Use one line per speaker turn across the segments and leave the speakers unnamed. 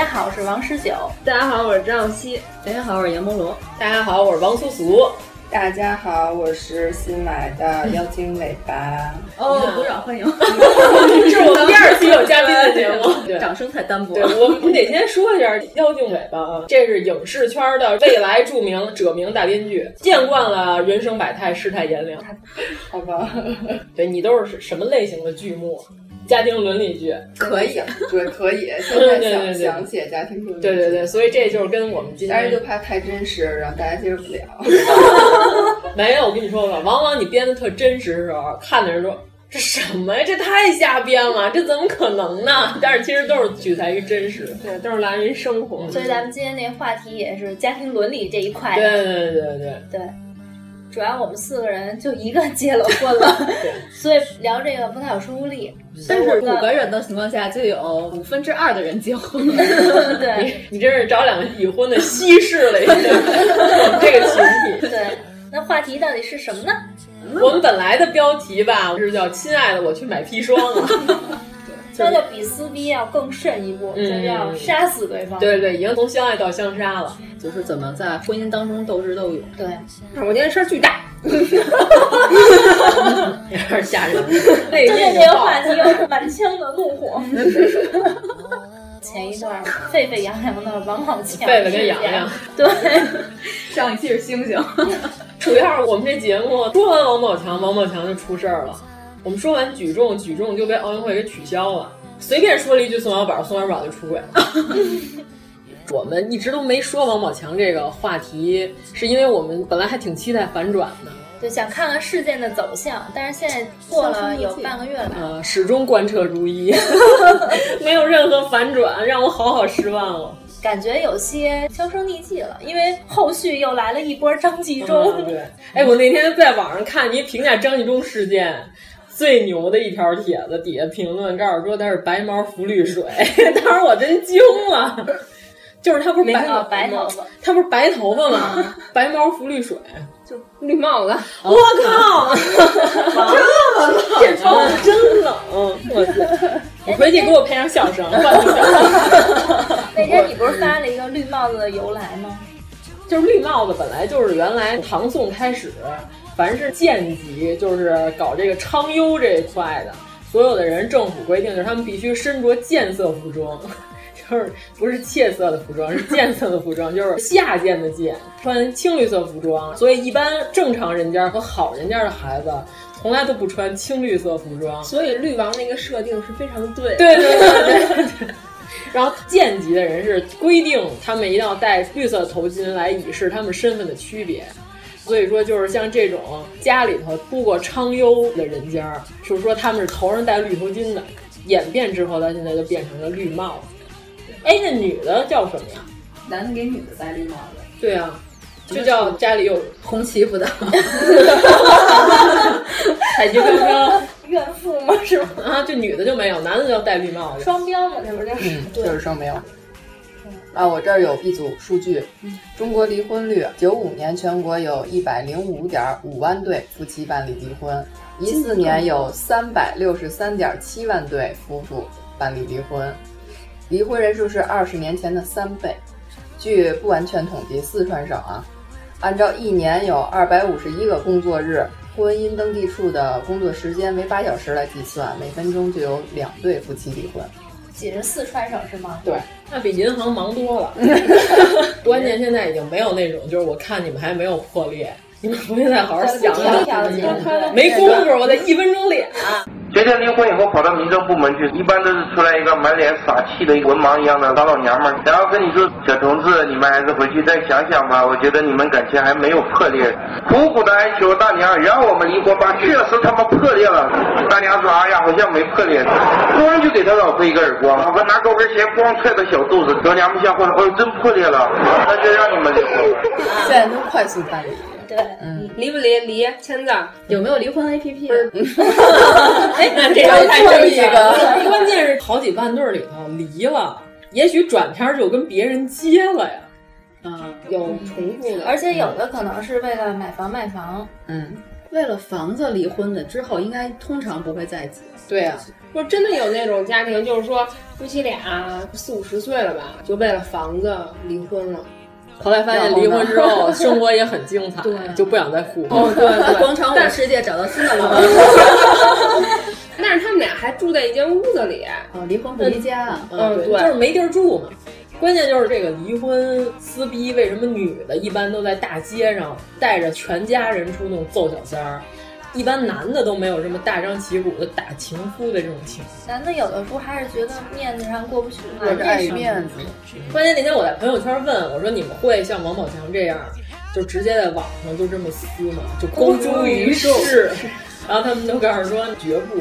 大家好，我是张小希。
大哎家好，我是阎摩罗。
大家好，我是王苏苏。
大家好，我是新来的妖精尾巴。
哦，鼓掌欢迎！
这是我们第二期有嘉宾的节 目，
对，掌声太单薄。
对，我们得先说一下妖精尾巴啊，这是影视圈的未来著名者名大编剧，见惯了人生百态，世态炎凉。
好吧，
对你都是什么类型的剧目？家庭伦理剧
可以，对，可以。现在想想写家庭伦理，
对对对，所以这就是跟我们今天，
但是就怕太真实，然后大家接受不了。
没有，我跟你说吧，往往你编的特真实的时候，看的人说这什么呀，这太瞎编了，这怎么可能呢？ 但是其实都是取材于真实，对，都是来源于生活。
所以咱们今天那话题也是家庭伦理这一块。
对对对对对。
对主要我们四个人就一个结了婚了，所以聊这个不太有说服力。
但
是
五
个
人的情况下，就有五分之二的人结婚了。
对，
你真是找两个已婚的稀释了一下 这个群
体。对，那话题到底是什么呢？
我们本来的标题吧是叫“亲爱的，我去买砒霜了”。
那就比撕逼要更甚一步，就是要杀死对方。
对对，已经从相爱到相杀了，
就是怎么在婚姻当中斗智斗勇。对，
我今天声巨 大，
有点吓人。
就对这个话题有满腔的怒火。 前一段沸沸扬扬的王宝强，
沸沸跟洋洋，
对，
上一期是星星。
主要是我们这节目说完王宝强，王宝强就出事儿了。我们说完举重，举重就被奥运会给取消了。随便说了一句宋小宝，宋小宝就出轨了。 我们一直都没说王宝强这个话题，是因为我们本来还挺期待反转的，
就想看看事件的走向。但是现在过了有半个月了，
呃，始终贯彻如一， 没有任何反转，让我好好失望了。
感觉有些销声匿迹了，因为后续又来了一波张纪中、
嗯。对，哎，我那天在网上看一评价张纪中事件。最牛的一条帖子底下评论告诉说他是白毛浮绿水，当时我真惊了，就是他不是白、
哦、白头发，
他不是白头发吗？嗯、白毛浮绿水，
就绿帽子。
我靠，哦这么冷，真冷！我我回去给我配上笑声。
那天你不是发了一个绿帽子的由来吗？
就是绿帽子本来就是原来唐宋开始。凡是贱籍，就是搞这个昌优这一块的，所有的人政府规定就是他们必须身着贱色服装， 就是不是窃色的服装，是贱色的服装，就是下贱的贱，穿青绿色服装。所以一般正常人家和好人家的孩子从来都不穿青绿色服装。
所以绿王那个设定是非常对。
对对对对对。然后贱籍的人是规定他们一定要戴绿色头巾来以示他们身份的区别。所以说，就是像这种家里头出过昌优的人家，就是说他们是头上戴绿头巾的，演变之后，到现在就变成了绿帽子。哎，那女的叫什么呀？
男的给女的戴绿帽子。
对啊，就叫家里有
红 旗不倒，
采菊东风。
怨妇吗？是吗？
啊，这女的就没有，男的就要戴绿帽子。
双标嘛，这不就是？
嗯
就
对
是双标。啊，我这儿有一组数据，中国离婚率，九五年全国有一百零五点五万对夫妻办理离婚，一四年有三百六十三点七万对夫妇办理离婚，离婚人数是二十年前的三倍。据不完全统计，四川省啊，按照一年有二百五十一个工作日，婚姻登记处的工作时间为八小时来计算，每分钟就有两对夫妻离婚。
仅是四川省是吗？
对，
那比银行忙多了。关键现在已经没有那种，就是我看你们还没有破裂，你们回去再好好想
调
想。
调节，
没工夫，我得一分钟脸。
决定离婚以后跑到民政部门去，一般都是出来一个满脸傻气的文盲一样的大老娘们儿，然后跟你说：“小同志，你们还是回去再想想吧，我觉得你们感情还没有破裂。”苦苦的哀求大娘让我们离婚吧，确实他妈破裂了。大娘说：“哎呀，好像没破裂。”咣就给他老婆一个耳光，我拿高跟鞋咣踹他小肚子，老娘们吓坏了，哦，真破裂了，那就让你们离婚吧。
现在都快速办理。
对，
嗯，
离不离？离，签字。有没有离婚 APP？
哎，那
这样太正义了
关键是好几万对儿里头离了，也许转天就跟别人结了呀。
啊，有重复的，
而且有的可能是为了买房卖房，
嗯，
为了房子离婚的，之后应该通常不会再结。
对啊，不是真的有那种家庭，就是说夫妻俩四五十岁了吧，就为了房子离婚了。
后来发现离婚之后，生活也很精彩，就不想再互动。
哦对对
广场舞世界找到新的老板。
但是他们俩还住在一间屋子里，
哦，离婚不离家啊？
嗯，
对，
就是没地儿住嘛。关键就是这个离婚撕逼，为什么女的一般都在大街上带着全家人出动揍小三儿，一般男的都没有这么大张旗鼓的打情夫的这种情况。
男的有的时候还是觉得面子上过不去
我
嘛，
是碍于
这
面子。
关键那天我在朋友圈问我说：“你们会像王宝强这样，就直接在网上就这么撕吗？就公诸于世？”然后他们都告诉说绝不，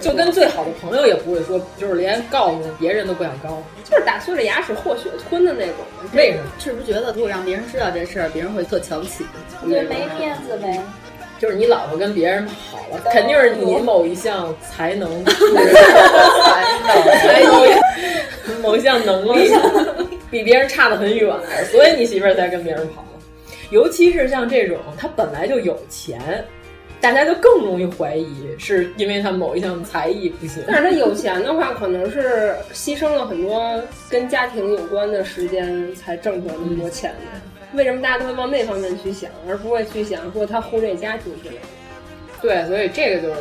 就跟最好的朋友也不会说，就是连告诉别人都不想告诉。
就是打碎了牙齿和血吞的那种。
为什么？
是不是觉得如果让别人知道这事儿，别人会特瞧不起？
对，没面子呗。
就是你老婆跟别人好了，肯定是你某一项才 能，才能，某一项能力比别人差得很远，所以你媳妇儿才跟别人跑了。尤其是像这种，她本来就有钱，大家就更容易怀疑是因为她某一项才艺不行。
但是他有钱的话，可能是牺牲了很多跟家庭有关的时间，才挣出来那么多钱的。为什么大家都会往那方面去想，而不会去想说他忽略家庭之类的？
对，所以这个就是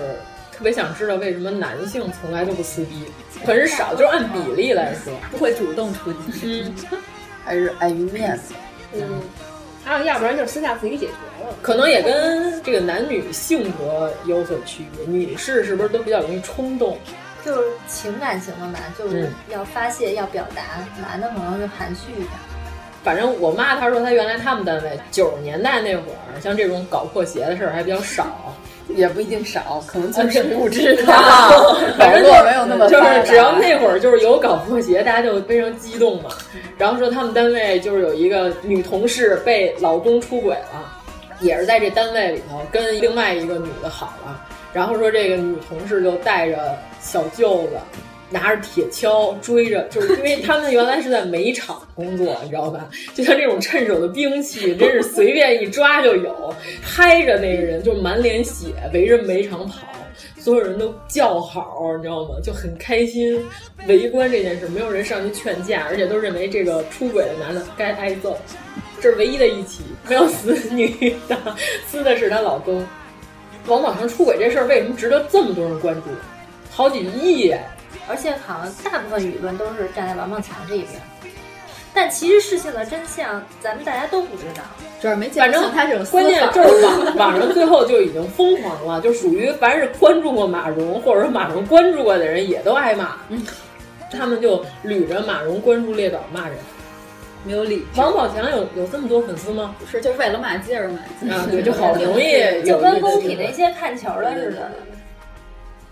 特别想知道为什么男性从来就不撕逼，很少，就是按比例来说。
不会主动出击。
嗯，
还是碍于面子。
嗯，还有，要不然就是私下自己解决了。
可能也跟这个男女性格有所区别。女士是不是都比较容易冲动？
就是情感型的男，就是要发泄、要表达，男的可能就含蓄一点。
反正我妈她说，她原来他们单位九十年代那会儿，像这种搞破鞋的事儿还比较少，
也不一定少，可能就是不知
道
道，
反正就
网络没有那么
就
发
是
达
只要那会儿就是有搞破鞋，大家就非常激动嘛。然后说他们单位就是有一个女同事被老公出轨了，也是在这单位里头跟另外一个女的好了。然后说这个女同事就带着小舅子，拿着铁锹追着，就是因为他们原来是在煤场工作，你知道吧？就像这种趁手的兵器，真是随便一抓就有，拍着那个人就满脸血，围着煤场跑。所有人都叫好，你知道吗？就很开心，围观这件事，没有人上去劝架，而且都认为这个出轨的男的该挨揍。这是唯一的一起没有死女的，撕的是她老公。王宝强出轨这事儿为什么值得这么多人关注？好几亿哎！
而且好像大部分舆论都是站在王宝强这一边，但其实事情的真相咱们大家都不知道。
主要没见
反
过
正
像他这种司法
关键就是网网上最后就已经疯狂了，就属于凡是关注过马蓉或者说马蓉关注过的人也都挨骂，
嗯
他们就捋着马蓉关注列表骂人。
没有理智
王宝强有有这么多粉丝吗？
不是，就是为了骂街而骂街
啊对就好容易
就
有
跟
一个
工
这
体
个
那些看球的似的，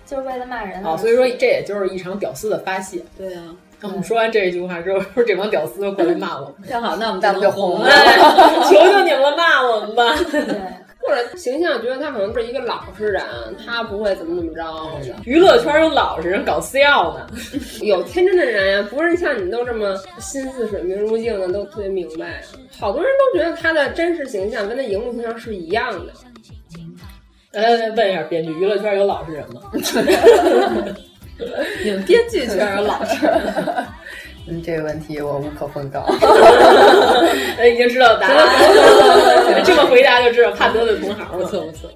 就是为了骂人
哦啊，所以说这也就是一场屌丝的发泄。
对啊，
那我们说完这一句话之后，这帮屌丝就过来骂我们，
正好那我们
那我们就
红
了， 求求你们了，骂我们吧。
或者形象觉得他可能是一个老实人，他不会怎么怎么着。
娱乐圈有老实人搞笑呢，
有天真的人呀，不是像你们都这么心似水明如镜的，都特别明白。啊好多人都觉得他的真实形象跟他荧幕形象是一样的。
来问一下编剧，娱乐圈有老实人 吗？
你们编剧圈有老实人。
嗯，这个问题我无可 奉告。
哎已经知道答案了，这么回答就知道怕得罪同行，我错我错。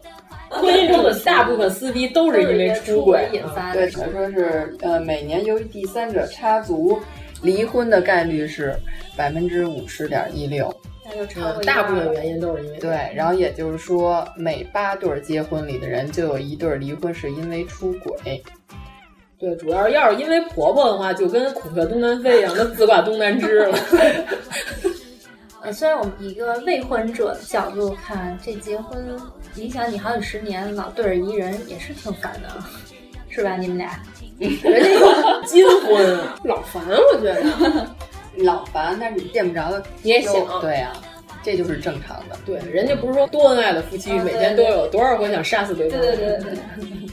婚姻中的大部分撕逼都是因为出轨
引发
对，他说是呃，每年由于第三者插足，离婚的概率是百分之五十点一六。
那就超过一半
嗯大部分原因都是因为
对，然后也就是说，每八对儿结婚里的人就有一对儿离婚是因为出轨。
对，主要要是因为婆婆的话，就跟孔雀东南飞一样，那自挂东南 枝了。
呃，虽然我们以一个未婚者的角度看，这结婚影响你好几十年，老对着一人也是挺烦的，是吧？你们俩？
人家金婚啊，
老烦，我觉得。
老烦，但是你见不着的
你也想
对啊，这就是正常的。
对，人家不是说多恩爱的夫妻，
啊
每
对
天都有多少回想杀死对
对
方？
对对对对。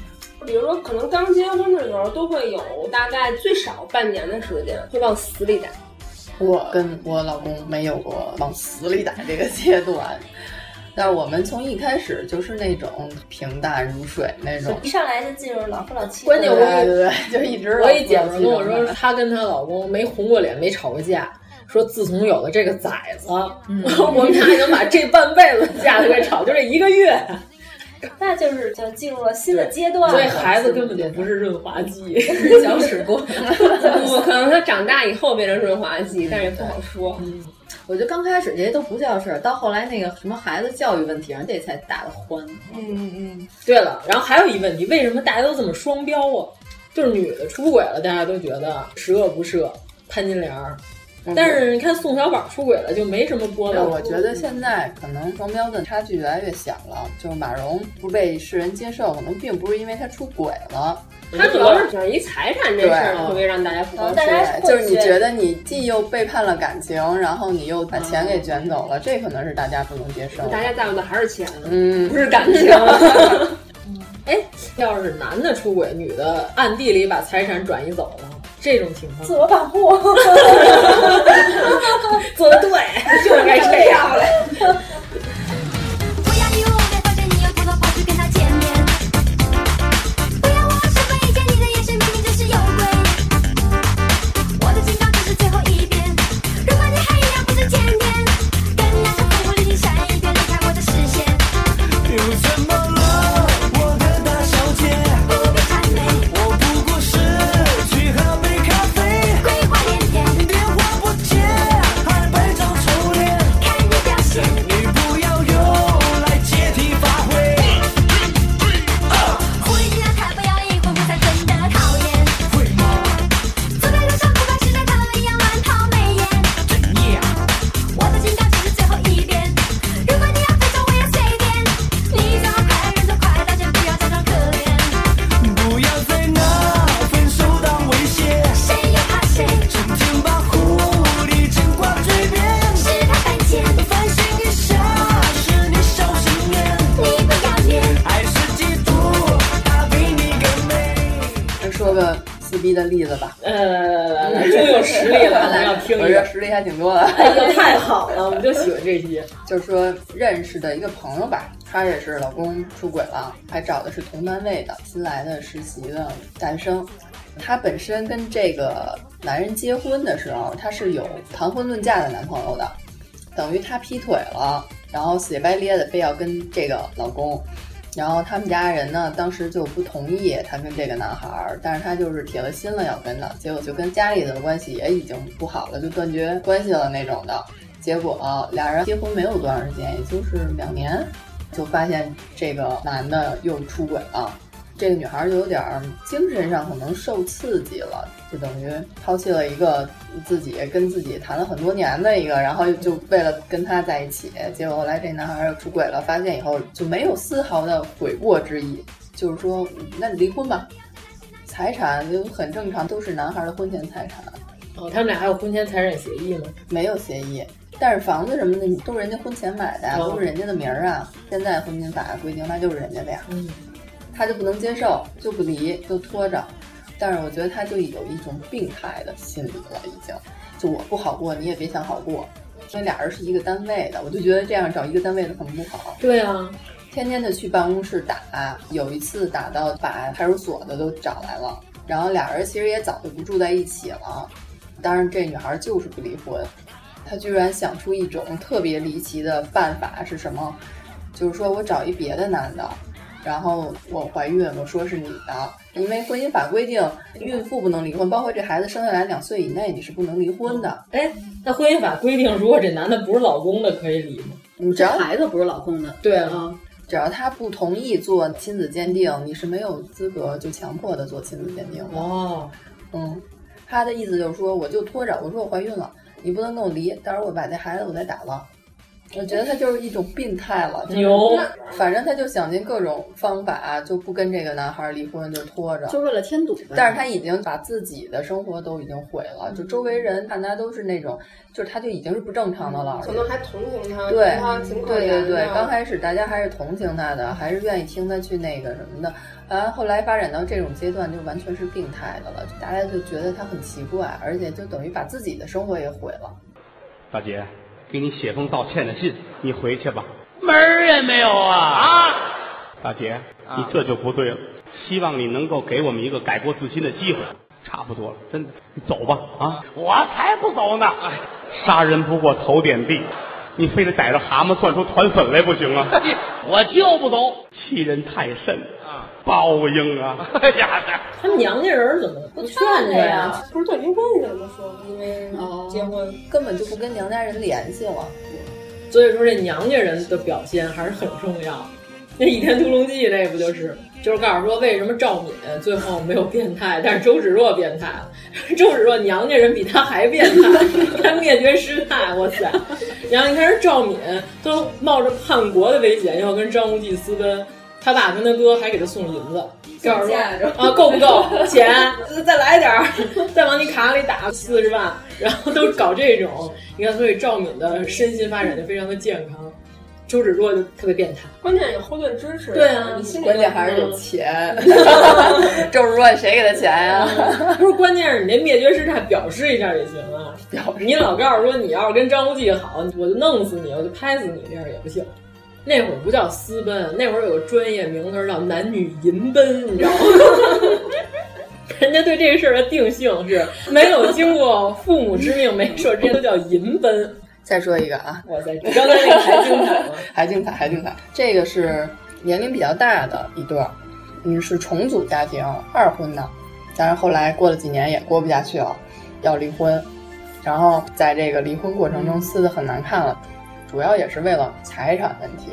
比如说，可能刚结婚的时候，都会有大概最少半年的时间会往死里打。
我跟我老公没有过往死里打这个阶段， 但我们从一开始就是那种平淡如水那种
一。上来就进入老夫老妻，
关键
对啊
我
对对， 就一直
我一姐夫
夫
跟我说，她跟她老公没红过脸，没吵过架。说自从有了这个崽子，我们俩已经把这半辈子架子给吵，就这一个月，
那就是就进入了新的阶段了。
所以孩子根本就不是润滑 剂，
搅屎棍。
我可能他长大以后变成润滑剂，但是也不好说。
我觉得刚开始这些都不叫事儿，到后来那个什么孩子教育问题上，这才打得欢。
嗯嗯，
对了，然后还有一问题，为什么大家都这么双标啊？就是女的出轨了，大家都觉得十恶不赦、潘金莲儿。但是你看宋小宝出轨了，就没什么波
嗯对，
澜。
我觉得现在可能双标的差距越来越小了。就是马蓉不被世人接受，可能并不是因为她出轨了，
他主要是转移财产这事儿
嗯对嗯
特别让大家不高兴
大。家
就是你觉得你既又背叛了感情，然后你又把钱给卷走了，这可能是大家不能接受的。
大家在乎的还是钱，
嗯
不，是感情。
哎，要是男的出轨，女的暗地里把财产转移走了，这种情
自
况
我保护，
做的对，就是该这样了。
不要你误会，或者你用同样方式跟他见面。不要我十分以前你的眼神明明就是有鬼。我的警告这是最后一遍，如果你还一样不是天天跟那个风流女闪一边，离开我的视线。
又怎么了，我的大小姐？
不必谄媚，
我不过是去喝杯咖啡，
鬼话连篇，
电话不接，还摆张臭脸。
看你表现。
你不要又来借题发挥，
狐狸精的他不要一魂不散，真的讨厌。会吗？走在路上不管是在他一样乱抛媚眼。我的警告只是最后一遍，如果你要分手，我也随便。你最好快来，人走快来，先不要假装可怜。
不要再拿分手当威胁，
谁又怕谁？
整天把狐狸精挂嘴边。
是他犯贱，
反省一下，是你小心眼，
你不要脸。
还是嫉妒她比你更美？
就说个撕逼的例子吧。
呃， 终于有实力了，我们要听
我
一
这
下。
哎实力还挺多的。
哎呦，太好了，我们就喜欢这些。
就是说认识的一个朋友吧，她也是老公出轨了，还找的是同单位的新来的实习的大学生。她本身跟这个男人结婚的时候，她是有谈婚论嫁的男朋友的，等于她劈腿了，然后死乞白咧的非要跟这个老公。然后他们家人呢，当时就不同意她跟这个男孩儿，但是她就是铁了心了要跟的，结果就跟家里的关系也已经不好了，就断绝关系了那种的。结果俩人结婚没有多长时间，也就是两年，就发现哎这个男的又出轨了。这个女孩就有点儿精神上可能受刺激了，就等于抛弃了一个自己跟自己谈了很多年的一个，然后就为了跟他在一起，结果后来这男孩又出轨了，发现以后就没有丝毫的悔过之意，就是
哦
说那离婚吧，财产就很正常，都是男孩的婚前财产。
哦，他们俩还有婚前财产协议吗？
没有协议，但是房子什么的都是人家婚前买的呀，
哦
都是人家的名儿啊。现在婚姻法规定那就是人家的呀，
嗯，
他就不能接受，就不离，就拖着。但是我觉得他就有一种病态的心理了，已经。就我不好过，你也别想好过，因为俩人是一个单位的，我就觉得这样找一个单位的很不好。
对啊，
天天的去办公室打，有一次打到把派出所的都找来了，然后俩人其实也早就不住在一起了，但是这女孩就是不离婚，她居然想出一种特别离奇的办法是什么？就是说我找一别的男的，然后我怀孕，我说是你的，因为婚姻法规定孕妇不能离婚，包括这孩子生下来两岁以内你是不能离婚的。
哎，那婚姻法规定，如果这男的不是老公的，可以离吗？
你只要
这孩
子不是老公的，
对啊，
只要他不同意做亲子 鉴定，你是没有资格就强迫的做亲子鉴定的。
哦，
嗯，他的意思就是说，我就拖着，我说我怀孕了，你不能跟我离，到时候我把这孩子我再打了。我觉得他就是一种病态了，就是
有
那反正他就想尽各种方法，就不跟这个男孩离婚，就拖着，
就为了添堵呗。
但是他已经把自己的生活都已经毁了，就周围人看他都是那种，就是他就已经是不正常的了，
可能还同情他，觉
对
得他挺，可
对
怜
对
的。
对，刚开始大家还是同情他的，还是愿意听他去那个什么的，啊，后来发展到这种阶段，就完全是病态的了，就大家就觉得他很奇怪，而且就等于把自己的生活也毁了。
大姐，给你写封道歉的信，你回去吧。
门儿也没有啊啊！
大姐，你这就不对了。希望你能够给我们一个改过自新的机会。差不多了，真的，你走吧啊！我才不走呢！杀人不过头点地，你非得逮着蛤蟆攥出团粉来不行啊吗？我就不走，欺人太甚啊！报应啊！哎呀，
他们娘家人怎么不劝他呀？
不是对离婚什么说，因为
哦
结婚
根本就不跟娘家人联系了。
所以说这娘家人的表现还是很重要。那《倚天屠龙记》这不就是，就是告诉说为什么赵敏最后没有变态，但是周芷若变态了。周芷若娘家人比她还变态，她灭绝师太，哇塞！然后你看人赵敏都冒着叛国的危险要跟张无忌私奔，他爸跟他哥还给他送银子，告诉说
嫁妆
啊够不够钱？ 再来点儿，再往你卡里打四十万，然后都搞这种。你看，所以赵敏的身心发展就非常的健康，周芷若就特别变态。
关键有后盾支持，
对啊
你心里
关键还 是有钱，周芷若谁给他钱呀、
不是，关键是你那灭绝师太表示一下也行啊。你老告诉说你要是跟张无忌好，我就弄死你，我就拍死你，这样也不行。那会儿不叫私奔，啊那会儿有个专业名词儿叫男女淫奔，你知道吗？ 人家对这个事儿的定性是没有经过父母之命媒妁之言，都叫淫奔。
再说一个啊，
哇塞，你刚才那个还精彩 吗？
还精彩，还精彩。这个是年龄比较大的一对儿，嗯，是重组家庭，二婚的，但是后来过了几年也过不下去了，要离婚，然后在这个离婚过程中撕的很难看了，主要也是为了财产问题。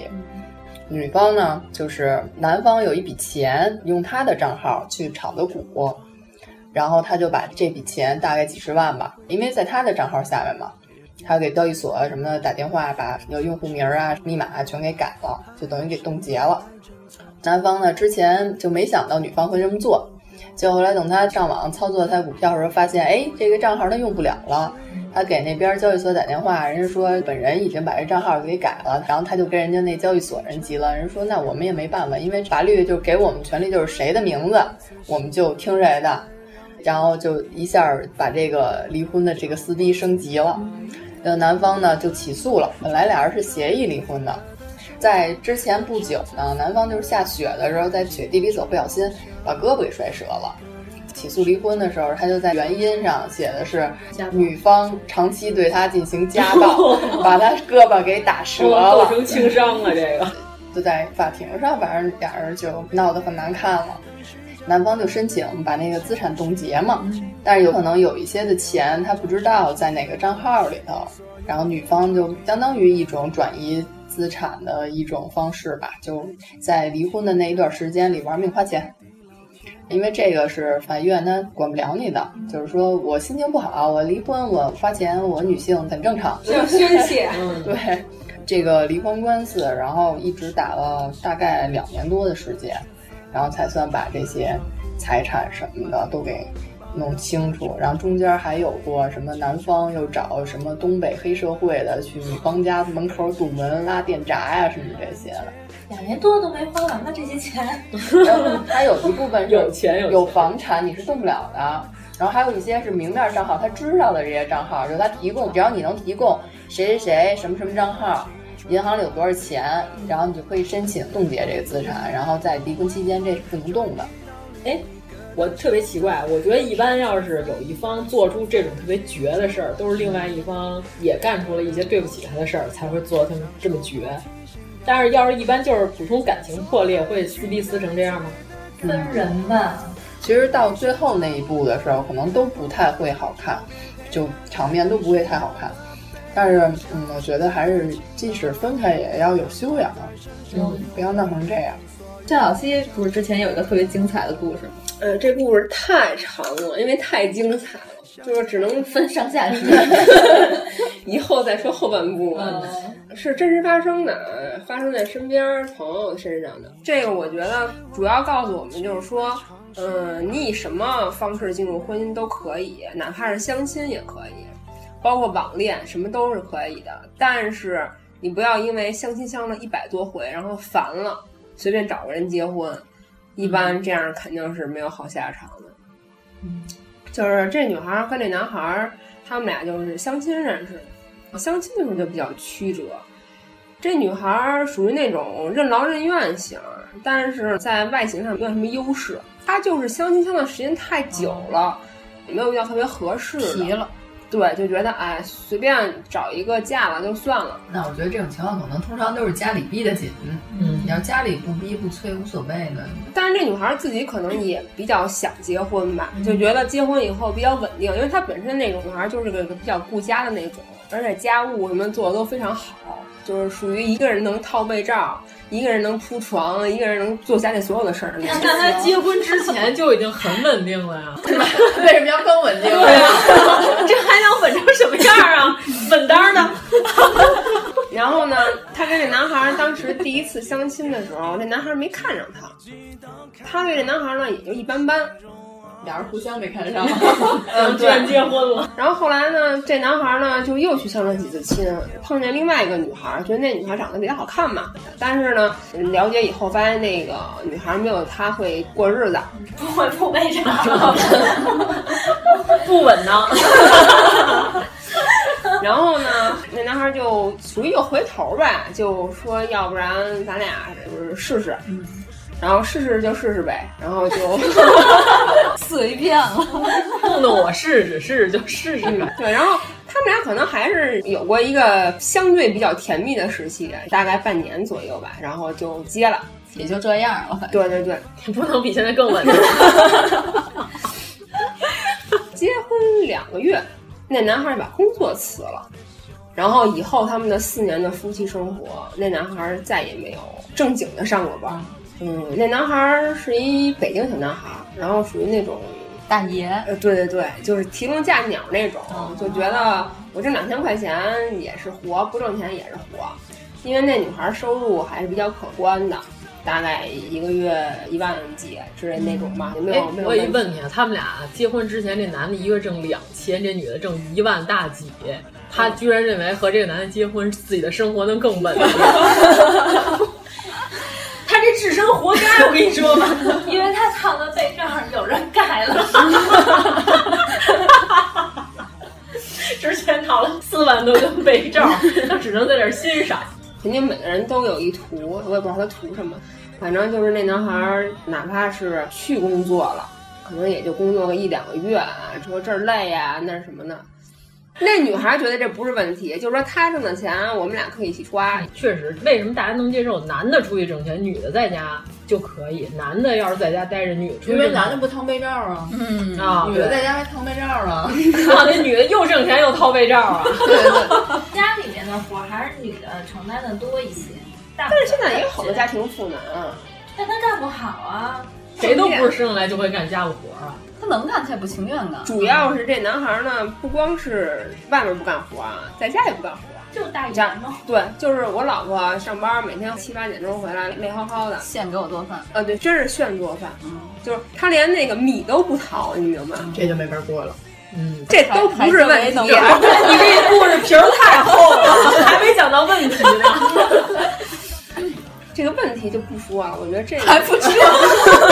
女方呢，就是男方有一笔钱，用他的账号去炒的股，然后他就把这笔钱大概几十万吧，因为在他的账号下面嘛，他给交易所啊什么的打电话，把有用户名儿啊、密码啊全给改了，就等于给冻结了。男方呢，之前就没想到女方会这么做，结果后来等他上网操作他股票的时候，发现哎，这个账号他用不了了。他给那边交易所打电话，人家说本人已经把这账号给改了，然后他就跟人家那交易所人急了，人家说那我们也没办法，因为法律就给我们权利，就是谁的名字我们就听谁的，然后就一下把这个离婚的这个撕逼升级了。呃，男方呢就起诉了。本来俩人是协议离婚的，在之前不久呢，男方就是下雪的时候在雪地里走，不小心把胳膊给摔折了。起诉离婚的时候，他就在原因上写的是女方长期对他进行家暴，把他胳膊给打折
哦
了，
构成轻伤了这个。
就在法庭上，反正俩人就闹得很难看了。男方就申请把那个资产冻结嘛，但是有可能有一些的钱他不知道在哪个账号里头，然后女方就相当于一种转移资产的一种方式吧，就在离婚的那一段时间里玩命花钱。因为这个是法院他管不了你的，就是说我心情不好，我离婚，我花钱，我女性很正常，
要 宣 泄 嗯
对，这个离婚官司，然后一直打了大概两年多的时间，然后才算把这些财产什么的都给
弄清楚。然后中间还有过什么南方又找什么东北黑社会的去女方家门口堵门拉电闸呀、什么这些的。
两年多都没花完吧这些钱？
然后还有一部分是
有钱有钱
有房产，你是动不了的。然后还有一些是明面账号，他知道的这些账号，就是他提供，只要你能提供谁谁谁什么什么账号，银行里有多少钱，然后你就可以申请冻结这个资产，然后在离婚期间这是不能动的。
哎，我特别奇怪，我觉得一般要是有一方做出这种特别绝的事儿，都是另外一方也干出了一些对不起他的事儿，才会做得这么这么绝。但是要是一般就是普通感情破裂，会撕逼撕成这样吗？
分人吧。
其实到最后那一步的时候，可能都不太会好看，就场面都不会太好看。但是，嗯，我觉得还是即使分开也要有修养，嗯，不要闹成这样。
郑小希不是之前有一个特别精彩的故事吗？
呃，这故事太长了，因为太精彩了，就是只能
分上下集。
以后再说后半部吧。是真实发生的，发生在身边朋友身上的。这个我觉得主要告诉我们就是说，呃，你以什么方式进入婚姻都可以，哪怕是相亲也可以，包括网恋什么都是可以的。但是你不要因为相亲相了一百多回，然后烦了，随便找个人结婚，一般这样肯定是没有好下场的。就是这女孩儿和这男孩儿，他们俩就是相亲认识的。相亲的时候就比较曲折，这女孩儿属于那种任劳任怨型，但是在外形上没有什么优势。她就是相亲相的时间太久了，也没有遇到特别合适的。
疲了。
对，就觉得哎，随便找一个嫁了就算了。
那我觉得这种情况可能通常都是家里逼得紧，嗯，你要家里不逼不催无所谓的。
但是这女孩儿自己可能也比较想结婚吧，就觉得结婚以后比较稳定，因为她本身那种女孩儿就是个比较顾家的那种，而且家务什么做的都非常好，就是属于一个人能套被罩，一个人能铺床，一个人能做家里所有的事儿那种。
那他结婚之前就已经很稳定了 呀，
为什么要更稳定？
对啊呀、 这还能稳成什么样啊？稳当的。
然后呢，她跟这男孩儿当时第一次相亲的时候，这男孩儿没看上她，她对这男孩儿呢也就一般般。
俩人互相没看上，
嗯，居然结婚了。
然后后来呢，这男孩呢就又去相了几次亲，碰见另外一个女孩，觉得那女孩长得比较好看嘛。但是呢，了解以后发现那个女孩没有他会过日子，
不会不被查，
不稳当。
然后呢，那男孩就属于又回头呗，就说要不然咱俩就是试试。
嗯
然后试试就试试呗，然后就
随便了。
弄得我试试试试就试试呗。
对，然后他们俩可能还是有过一个相对比较甜蜜的时期，大概半年左右吧，然后就结了。
也就这样了。
对对对，
你不能比现在更 稳当。
结婚两个月，那男孩儿把工作辞了，然后以后他们的四年的夫妻生活，那男孩儿再也没有正经的上过班儿。嗯，那男孩儿是一北京小男孩儿，然后属于那种
大爷，哦
呃，对对对，就是提笼架鸟那种，就觉得我挣两千块钱也是活，不挣钱也是活，因为那女孩收入还是比较可观的，大概一个月一万几之类那种吧，
嗯
也
哎
没有没有。
我也问你啊，他们俩结婚之前，这男的一个月挣两千，这女的挣一万大几？他居然认为和这个男的结婚，自己的生活能更 稳定。他这智商活该，我跟你说吧。
因为他躺的被罩上有人盖了。
之前掏了四万多个被 罩，他只能在这儿欣赏。
肯定每个人都有一图，我也不知道他图什么，反正就是那男孩儿，哪怕是去工作了，可能也就工作个一两个月啊，说这儿累呀、那儿什么的。那女孩儿觉得这不是问题，就是说他挣的钱，我们俩可以一起花。
确实，为什么大家能接受男的出去挣钱，女的在家就可以？男的要是在家待着，女的出去
因
挣钱，
为男的不烫被罩啊，嗯
啊
女的在家还烫被罩啊。
啊，那女的又挣钱又掏被罩啊。
家里面的活儿还是女的承担的多一些，但
但是现在也有好多家，庭妇男啊，
但她干不好 啊。
谁都不是生下来就会干家务活儿啊。
他能干，他也不情愿干。
主要是这男孩儿呢，不光是外面不干活啊，在家也不干活啊。
就大
这样对，就是我老婆上班，每天七八点钟回来，累浩浩的，现给我做饭。啊，对，真是现做饭，
嗯
就是她连那个米都不淘，你明白吗？
这就没法过了。嗯，
这都不是问
还还
题。
真没弄明白
你这故事皮儿太厚了，还没讲到问题呢。
这个问题就不说了，我觉得这个
还不说，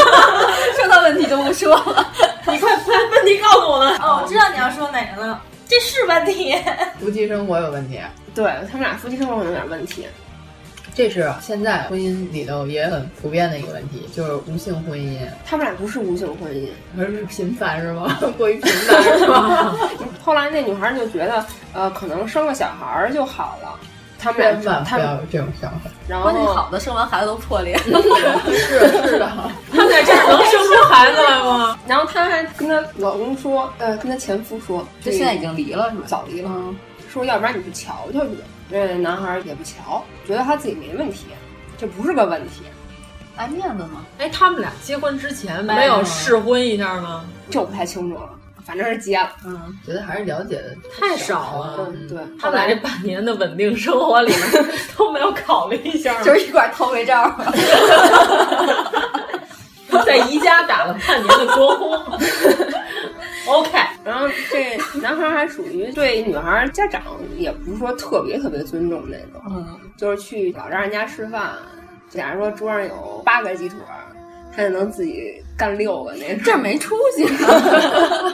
说到问题就不说了。
你快快问题告诉我们。
哦，我知道你要说哪个了，这是 问题。
夫妻生活有问题，
对他们俩夫妻生活有点问题。
这是现在婚姻里头也很普遍的一个问题，就是无性婚姻。
他们俩不是无性婚姻，
而是频繁是吗？ 过于频繁是吗？
后来那女孩就觉得，呃，可能生个小孩儿就好了。他们
千
俩，
万
他
不要有
们，
这种想法。
然后
关系好的生完孩子都破 裂，
是是的，
他们在这儿能生出孩子来吗？
然后她还跟她老公说，呃，跟她前夫说，
就现在已经离了是吧？
早离了，说要不然你就瞧瞧去。那男孩也不瞧，觉得他自己没问题，这不是个问题。
爱面子吗？
哎，他们俩结婚之前没有试婚一下吗？
这我不太清楚了，反正是结了。
嗯，
觉得还是了解的
太少了。
嗯，对，
他们俩这半年的稳定生活里 面都没有考虑一下吗，
就是一管偷肥皂，
在宜家打了半年的工。OK，
然后这 男孩还属于对女孩家长也不是说特别特别尊重那种，
嗯，
就是去老丈人家吃饭，假如说桌上有八个鸡腿儿，他就能自己干六个那种。
这没出 息。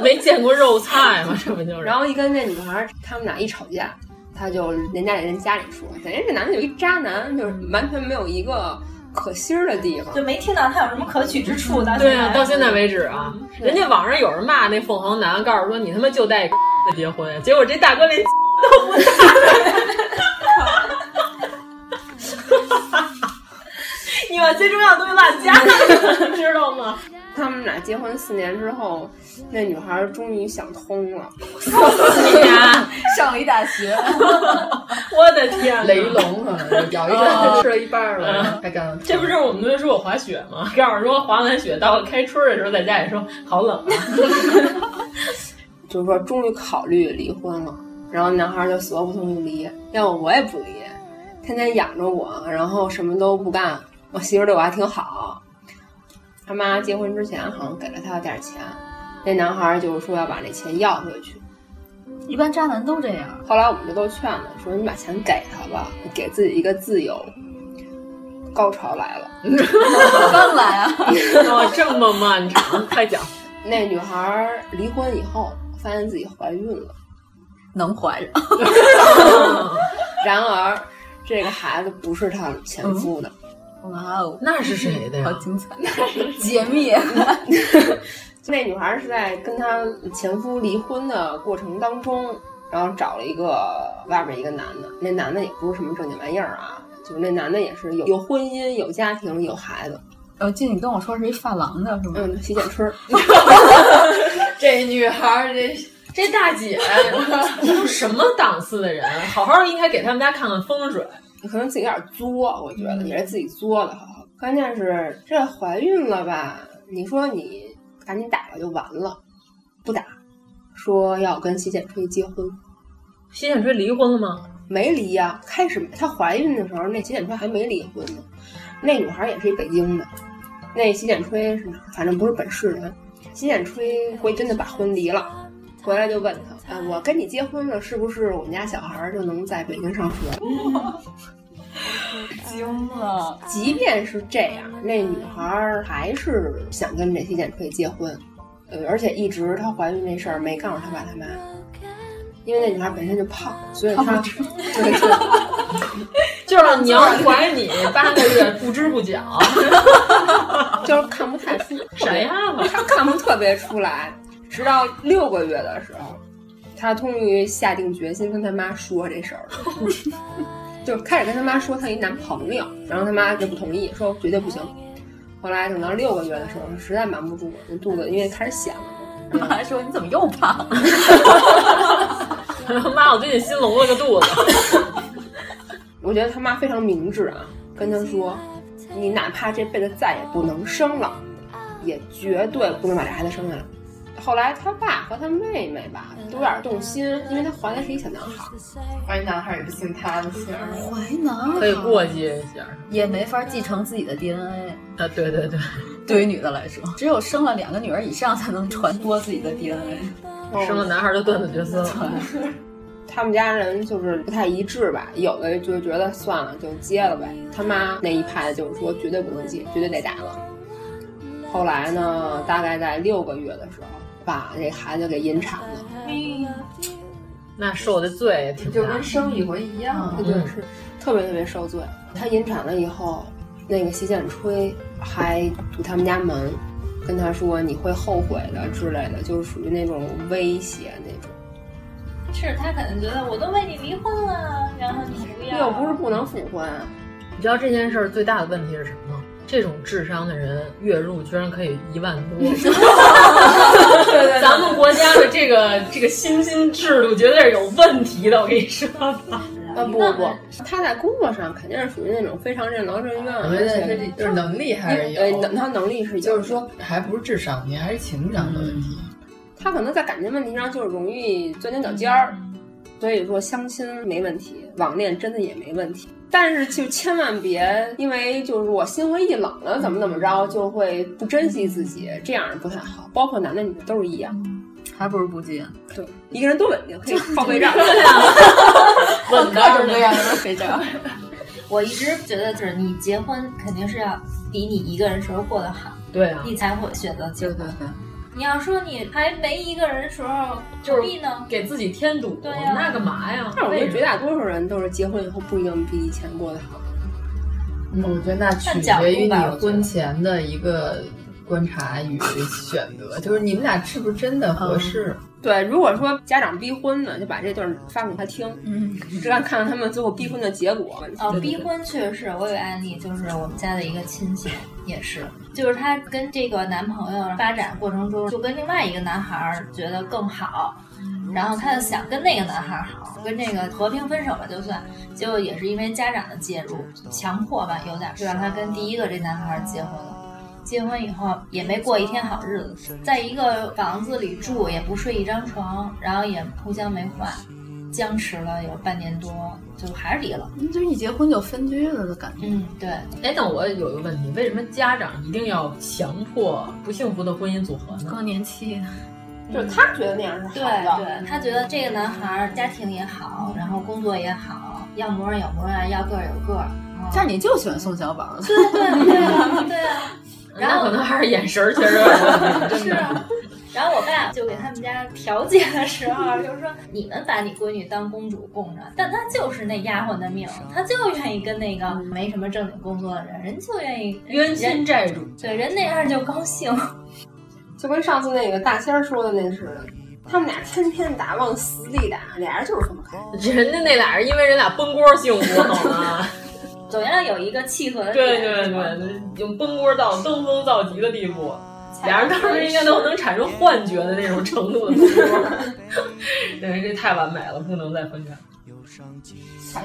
没见过肉菜吗？这不就是？
然后一跟这女孩儿，他们俩一吵架，他就人家里人家里说，等于这男的就一渣男，就是完全没有一个可心儿的地方。
就没听到他有什么可取之处。到
对啊，到现在为止啊，人家网上有人骂那凤凰男，告诉说你他妈就带的 结婚，结果这大哥连 都不
你把最重要的东西落家 了，你知道吗？
他们俩结婚四年之后，那女孩儿终于想通了，
带哎呀！
上了一大学，
我的天哪，
雷龙可能咬一
啊
个吃了一半了，还干了。
这不是我们同学说我滑雪吗？告诉说滑完雪到开春儿的时候在家里说 好冷啊，
就是说终于考虑离婚了。然后男孩儿就死活不同意离，要不我也不离，天天养着我，然后什么都不干，我媳妇儿对我还挺好。他妈结婚之前好像给了他点儿钱，那男孩儿就是说要把那钱要回去。
一般渣男都这样。
后来我们就都劝他，说你把钱给他吧，给自己一个自由。高潮来了，
刚来啊，
哦，这么漫长，快 讲。
那女孩儿离婚以后，发现自己怀孕了。
能怀着，
然而，这个孩子不是她前夫的，
哇哦，
那是谁的呀
好？精彩，嗯解密。
那女孩是在跟她前夫离婚的过程当中，然后找了一个外边一个男的，那男的也不是什么正经玩意儿啊，就是那男的也是有有婚姻、有家庭、有孩子，
我记得哦你跟我说是一发廊的是吗？
嗯，洗剪吹儿。
这女孩儿这
这大姐都什么档次的人？啊好好应该给他们家看看风水。
可能自己有点作，我觉得也是自己作的。关键是这怀孕了吧？你说你赶紧打了就完了，不打，说要跟洗剪吹结婚，
洗剪吹离婚了吗？
没离呀、开始她怀孕的时候，那洗剪吹还没离婚呢。那女孩也是一北京的，那洗剪吹是哪？反正不是本市人。洗剪吹回真的把婚离了，回来就问她：“啊，我跟你结婚了，是不是我们家小孩就能在北京上学？”
惊了，
即便是这样，那女孩儿还是想跟这洗剪吹结婚，呃，而且一直她怀孕那事儿没告诉她爸她妈，因为那女孩本身就胖，所以她 对对
就是你要是怀你八个月不知不觉，啊
就是看不太出
谁呀、吧？
她看不特别出来。直到六个月的时候，她终于下定决心跟她妈说这事儿了， 就是开始跟她妈说她一男朋友，然后她妈就不同意，说绝对不行。后来等到六个月的时候，实在瞒不住了，肚子因为开始显了嘛。
妈说你怎么又胖了？
妈，我最近新隆了个肚子。
我觉得他妈非常明智啊，跟他说，你哪怕这辈子再也不能生了，也绝对不能把这孩子生下来。后来他爸和他妹妹吧都有点动心，因为他怀的是一小男孩，
怀男孩也不信他的姓儿，
怀男
可以过继一下。
也没法继承自己的 DNA。
啊，对对对，
对于女的来说，嗯只有生了两个女儿以上才能传播自己的 DNA。
生了男孩就断子绝孙了。
他们家人就是不太一致吧，有的就觉得算了就结了呗，他妈那一派就是说绝对不能结，绝对得打了。后来呢，大概在六个月的时候，把这孩子给引产了，
嗯
哎
那受的罪也挺
就
大
跟。生一回一样。
嗯
对，是特别特别受罪。他引产了以后，那个洗剪吹还堵他们家门，跟他说你会后悔的之类的，就是属于那种威胁那种。
是他可能觉得我都为你离婚了，然后你不要，
又不是不能复婚，
你知道这件事儿最大的问题是什么吗？这种智商的人月入居然可以一万
嗯
多，咱们国家的这个这个薪金制度绝对是有问题的，我跟你说 吧。
啊不不不，他在工作上肯定是属于那种非常任劳任怨，
我觉
而
得
且
这就是能力还是有
对呃能他能力是有，
就是说还不是智商，你还是情商的问题。
嗯
他可能在感情问题上就是容易钻牛角尖儿，所以说相亲没问题，网恋真的也没问题。但是就千万别因为就是我心灰意冷了，怎么怎么着，就会不珍惜自己，这样不太好。包括男的女的都是一样，
还不如不结。
对，一个人多稳定，可以报备账。
稳的就是这样，
谁这样？
我一直觉得就是你结婚肯定是要比你一个人时候过得好，
对啊，
你才会选择结
对
婚。
对对，
你要说你还没一个人的时候，
就是
何必呢？
给自己添堵，
对
啊
呀
那干嘛呀？
但是我觉得绝大多数人都是结婚以后不一定比以前过得好。
嗯，我觉得那取决于你婚前的一个观察与选择，就是你们俩是不是真的合适。
嗯
对，如果说家长逼婚呢，就把这段发给他听，嗯，只看看他们最后逼婚的结果。
哦，逼婚确实是，我有案例，就是我们家的一个亲戚也是，就是她跟这个男朋友发展过程中，就跟另外一个男孩儿觉得更好，然后她就想跟那个男孩儿好，跟这个和平分手吧就算，结果也是因为家长的介入，强迫吧有点儿，就让她跟第一个这男孩儿结婚了。结婚以后也没过一天好日子，在一个房子里住，也不睡一张床，然后也互相没话，僵持了有半年多，就还是离了。
嗯就是一结婚就分居了的感觉。
嗯，对，
哎，但我有一个问题，为什么家长一定要强迫不幸福的婚姻组合呢？
更年期，
就是他觉得那样是
对
好的，
对，他觉得这个男孩儿家庭也好，然后工作也好，要模样有模样，要个儿有个儿。嗯
但是你就喜欢宋小宝，
对对对啊对啊， 然
那
后
可能还是眼神儿确实有点问题，真
是
的。
啊。然后我爸就给他们家调解的时 候，就是说你们把你闺女当公主供着，但她就是那丫鬟的命，她就愿意跟那个没什么正经工作的人，人就愿意
冤
人
亲债主，
对人那样就高兴。
就跟上次那个大仙儿说的那似的，他们俩天天打，往死里打，俩人就是分不开。
人家那俩人因为人俩崩锅幸福，好吗？
总要有一个契合的
对
点，
对
是吧
对，已经崩锅到登峰造极的地步，俩人当时应该都能产生幻觉的那种程度的崩 锅。对，这太完美了，不能再分开。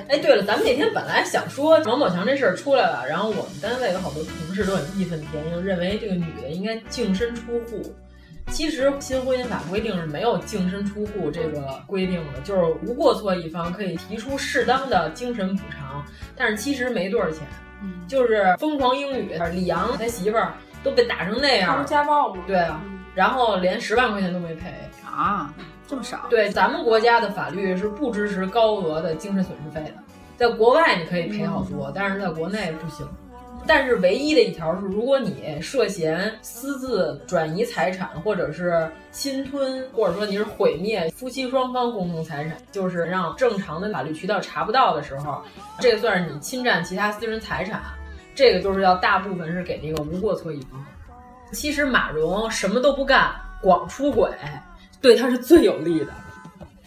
哎，对了，咱们那天本来想说王宝强这事儿出来了，然后我们单位有好多同事都很义愤填膺，认为这个女的应该净身出户。其实新婚姻法规定是没有净身出户这个规定的，就是无过错一方可以提出适当的精神补偿，但是其实没多少钱。
嗯
就是《疯狂英语》，李阳他媳妇儿都被打成那
他不
样
是，家暴嗯吗？
对啊，然后连十万块钱都没赔。
啊，这么少？
对，咱们国家的法律是不支持高额的精神损失费的，在国外你可以赔好多，但是在国内不行。但是唯一的一条是，如果你涉嫌私自转移财产，或者是侵吞，或者说你是毁灭夫妻双方共同财产，就是让正常的法律渠道查不到的时候，这个算是你侵占其他私人财产，这个就是要大部分是给这个无过错一方。其实马蓉什么都不干，光出轨，对他是最有利的，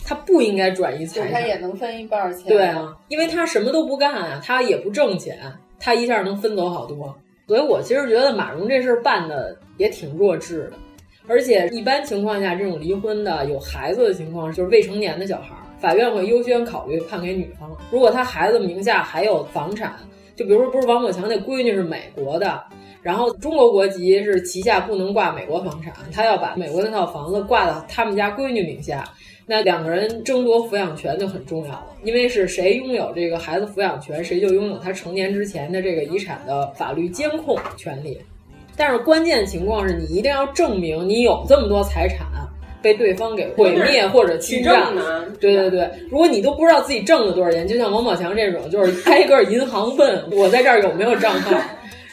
他不应该转移
就是
财
他
产。
也能分一半儿钱。
对啊，因为他什么都不干啊，他也不挣钱，他一下能分走好多。所以我其实觉得马蓉这事儿办的也挺弱智的，而且一般情况下，这种离婚的有孩子的情况，就是未成年的小孩儿，法院会优先考虑判给女方。如果他孩子名下还有房产，就比如说不是王宝强那闺女是美国的，然后中国国籍是旗下不能挂美国房产，他要把美国那套房子挂到他们家闺女名下，那两个人争夺抚养权就很重要了，因为是谁拥有这个孩子抚养权，谁就拥有他成年之前的这个遗产的法律监控权利。但是关键情况是你一定要证明你有这么多财产被对方给毁灭或者侵占
举证啊。
对对对，如果你都不知道自己挣了多少钱，就像王宝强这种，就是挨个银行问 我在这儿有没有账号，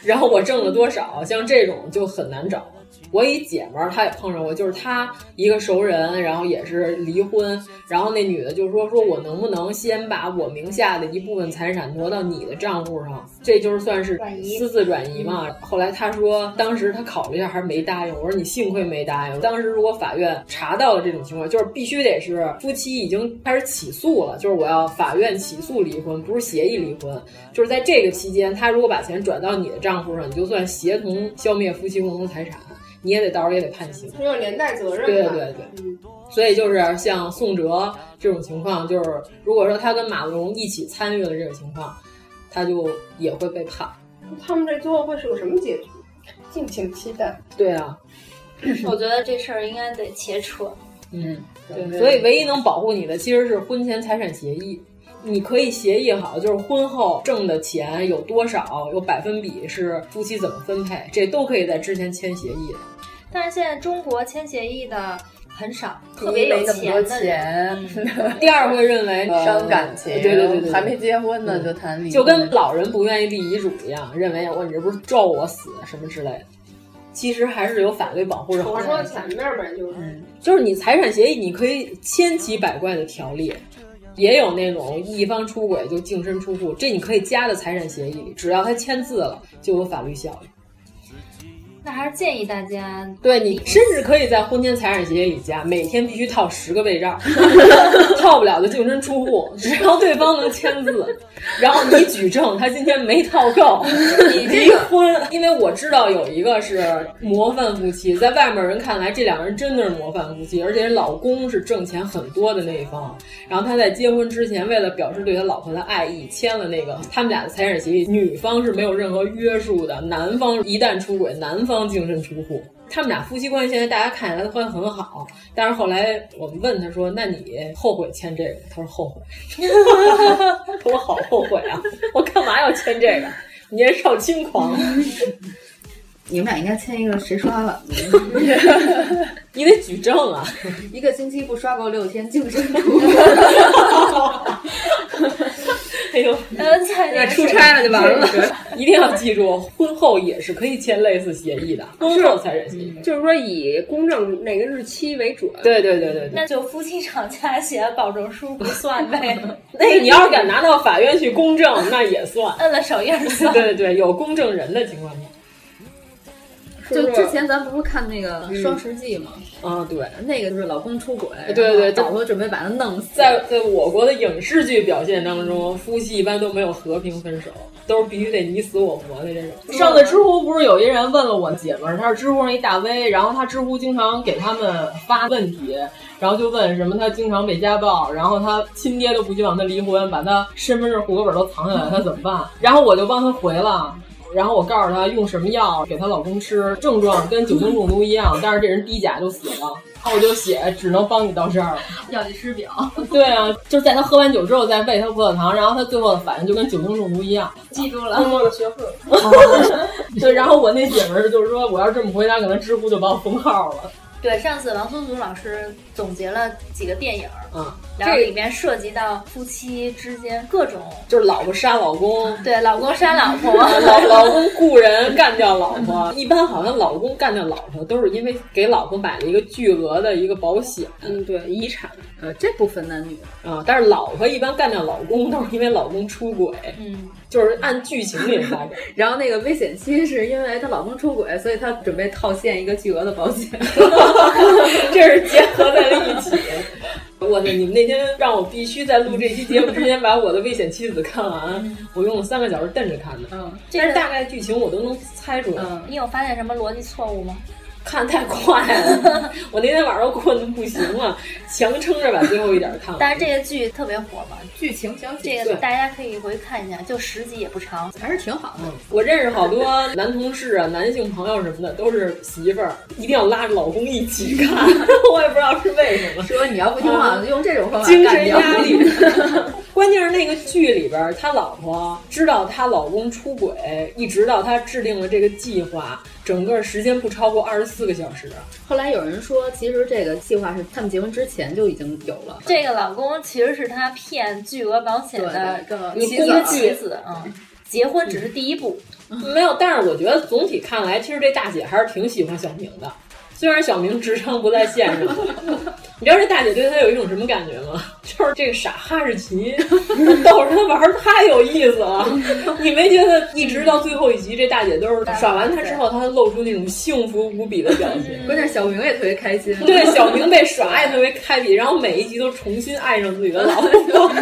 然后我挣了多少，像这种就很难找。我一姐们儿，她也碰上过，就是她一个熟人，然后也是离婚，然后那女的就说说我能不能先把我名下的一部分财产挪到你的账户上，这就是算是私自转移嗯嘛。后来她说，当时她考虑一下还是没答应。我说你幸亏没答应，当时如果法院查到了这种情况，就是必须得是夫妻已经开始起诉了，就是我要法院起诉离婚，不是协议离婚，就是在这个期间，她如果把钱转到你的账户上，你就算协同消灭夫妻共同财产。你也得到时候也得判刑。
还有连带责任嗯
对
吧。
对对，所以就是像宋哲这种情况，就是如果说他跟马龙一起参与了这个情况，他就也会被判。
他们这最后会是个什么结局？敬请期待。
对啊，
我觉得这事儿应该得切除。
嗯，
对
所以唯一能保护你的其实是婚前财产协议。你可以协议好，就是婚后挣的钱有多少，有百分比是夫妻怎么分配，这都可以在之前签协议的。
但是现在中国签协议的很少，特
因
别
为
有
那么多
钱的人。
钱，
第二会认为呃
伤感情，
对对对对对
还没结婚呢就谈离婚，
就跟老人不愿意立遗嘱一样，认为哦我你这不是咒我死什么之类的。其实还是有法律保护着好
我
人
说前面呗，就是
就是你财产协议，你可以千奇百怪的条例，也有那种一方出轨就净身出户，这你可以加到财产协议里，只要他签字了，就有法律效力。
那还是建议大家
对你甚至可以在婚前财产协议里加，每天必须套十个被罩，套不了就净身出户，只要对方能签字，然后你举证他今天没套够，你离婚。因为我知道有一个是模范夫妻，在外面人看来这两个人真的是模范夫妻，而且人老公是挣钱很多的那一方，然后他在结婚之前为了表示对他老婆的爱意，签了那个他们俩的财产协议，女方是没有任何约束的，男方一旦出轨，男方净身出户。他们俩夫妻关系现在大家看起来都关系很好，但是后来我们问他说：“那你后悔签这个？”他说：“后悔。” 我好后悔啊！我干嘛要签这个？年少轻狂，
你们俩应该签一个谁刷了，
你得举证啊！
一个星期不刷够六天净身出户。
哎呦，
呃，在
那出差了就完了。一定要记住，婚后也是可以签类似协议的，婚后嗯财产协议。
就是说以公证哪个日期为准。
对对对对对。
那就夫妻吵架写保证书不算 呗，
那你要是敢拿到法院去公证，那也 算。
摁了手印儿算。
对对对，有公证人的情况下。
就之前咱不是看那个《双十记》吗？
啊，对，
那个就是老公出轨，
对对对
老婆准备把他弄死。
在在我国的影视剧表现当中，夫妻一般都没有和平分手，都是必须得你死我活的这种。
上
上
次
次知乎不是有一人问了我姐们儿，她是知乎上一大 V，然后她知乎经常给他们发问题，然后就问什么她经常被家暴，然后她亲爹都不希望她离婚，把她身份证、户口本都藏起来，她怎么办？然后我就帮她回了。然后我告诉她用什么药给她老公吃，症状跟酒精中毒一样，但是这人低钾就死了。然后我就写只能帮你到这儿了。
药剂师表，
对啊，就是在他喝完酒之后再喂他葡萄糖，然后他最后的反应就跟酒精中毒一样。嗯
记住
默默的学 会了。
对，然后我那姐们儿就是说，我要这么回答，可能知乎就把我封号了。
对，上次王苏苏老师总结了几个电影儿，
嗯，
然后里面涉及到夫妻之间各种，
就是老婆杀老公。
对，老公杀老婆，
老 老公雇人干掉老婆，一般好像老公干掉老婆都是因为给老婆买了一个巨额的一个保险
嗯，对，遗产。
呃，这不分男女，
啊，但是老婆一般干掉老公都是因为老公出轨，
嗯，
就是按剧情里发展。
然后那个危险期是因为她老公出轨，所以她准备套现一个巨额的保险。
这是结合在了一起。我的，你们那天让我必须在录这期节目之前把我的《危险妻子》看完，我用了三个小时瞪着看的。
嗯，
但是大概剧情我都能猜出来。
你有发现什么逻辑错误吗？
看太快 了，我那天晚上困得不行了，强撑着把最后一点看
但
完。
是这个剧特别火嘛，
剧情小
这个大家可以回去看一下，就十集也不长，
还是挺
嗯
好的。
我认识好多男同事啊、男性朋友什么的，都是媳妇儿一定要拉着老公一起 看，我也不知道是为什么。
说你要不听话，用这种方法
精
干
神
掉
压力。 关键是那个剧里边，他老婆知道她老公出轨，一直到她制定了这个计划，整个时间不超过二十四个小时。
后来有人说，其实这个计划是他们结婚之前就已经有了。
这个老公其实是他骗巨额保险的
对对
一
你
个
估计
棋子啊。嗯结婚只是第一步，
没有，但是我觉得总体看来，其实这大姐还是挺喜欢小明的。虽然小明智商不在线上， 你知道这大姐对他有一种什么感觉吗？就是这个傻哈士奇逗着他玩儿太有意思了。 你没觉得一直到最后一集，这大姐都是耍完他之后，她露出那种幸福无比的表情。
嗯
关键小明也特别开心。
对，小明被耍也特别开心，然后每一集都重新爱上自己的老婆，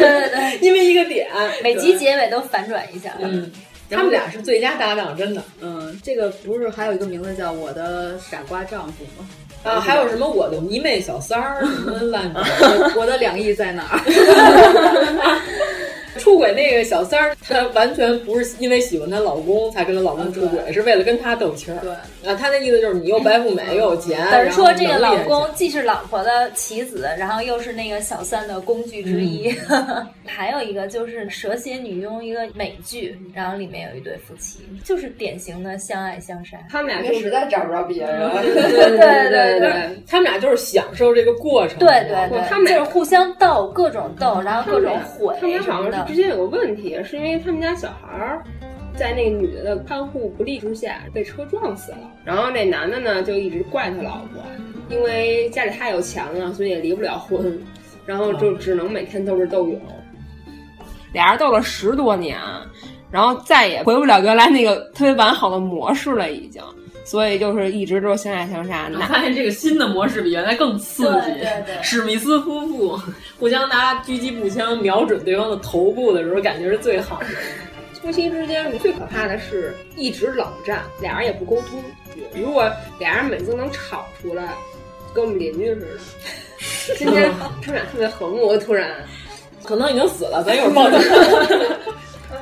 因为一个点，
每集结尾都反转一下。
嗯，他们俩是最佳搭档，真的。
嗯，这个不是还有一个名字叫《我的傻瓜丈夫》吗？
啊，还有什么我的迷妹小三儿，什么乱七八糟
我我的两亿在哪儿？
出轨那个小三儿，她完全不是因为喜欢她老公才跟她老公出轨，是为了跟她斗气儿。对，啊，她那意思就是你又白富美又有钱，
等于
哎然后
说这个
能力
老
也
公
强
既是老婆的棋子，然后又是那个小三的工具之一。 还有一个就是《蛇蝎女佣》一个美剧，然后里面有一对夫妻，就是典型的相爱相杀。
哦
他们俩
因
就
为
是
实在找不着别人 了。
对
对
对，他们俩就是享受这个过程。
对对对，
他们
就
俩
是互相斗，各种斗，然后各种毁
他们家
什
好像
么的
是之。前有个问题，是因为他们家小孩儿在那个女的的看护不力之下被车撞死了，然后那男的呢就一直怪他老婆，因为家里太有钱了，所以也离不了婚，然后就只能每天斗智斗勇，哦俩人斗了十多年，然后再也回不了原来那个特别完好的模式了，已经。所以就是一直都相爱相杀，
我发现这个新的模式比原来更刺激。
对对对
史密斯夫妇互相拿狙击步枪瞄准对方的头部的时候，感觉是最好的。
夫妻之间最可怕的是一直冷战，俩人也不沟通。如果俩人每次能吵出来，跟我们邻居似的。今天他们俩特别和睦，突然
可能已经死了，咱一会儿 报警。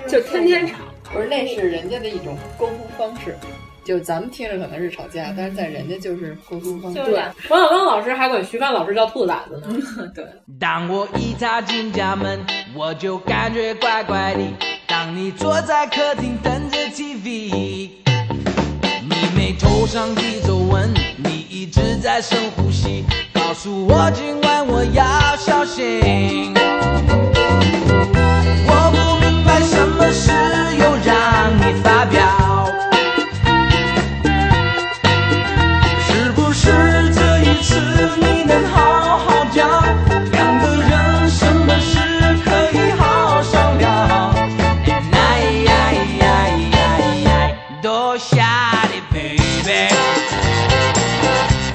就天天吵。
不是，那是人家的一种沟通方式。就咱们听着可能是吵架，但是在人家就是沟通方式。
对， 王小刚老师还管徐帆老师叫兔崽子呢。 对，
当我一踏进家门，我就感觉怪怪的。当你坐在客厅等着 TV，你眉头上的皱纹，你一直在深呼吸，告诉我今晚我要小心。我不明白什么事又让你发飙。是不是这一次你能好好讲？两个人什么事可以好好商量？哎呀呀呀呀！多下的 baby，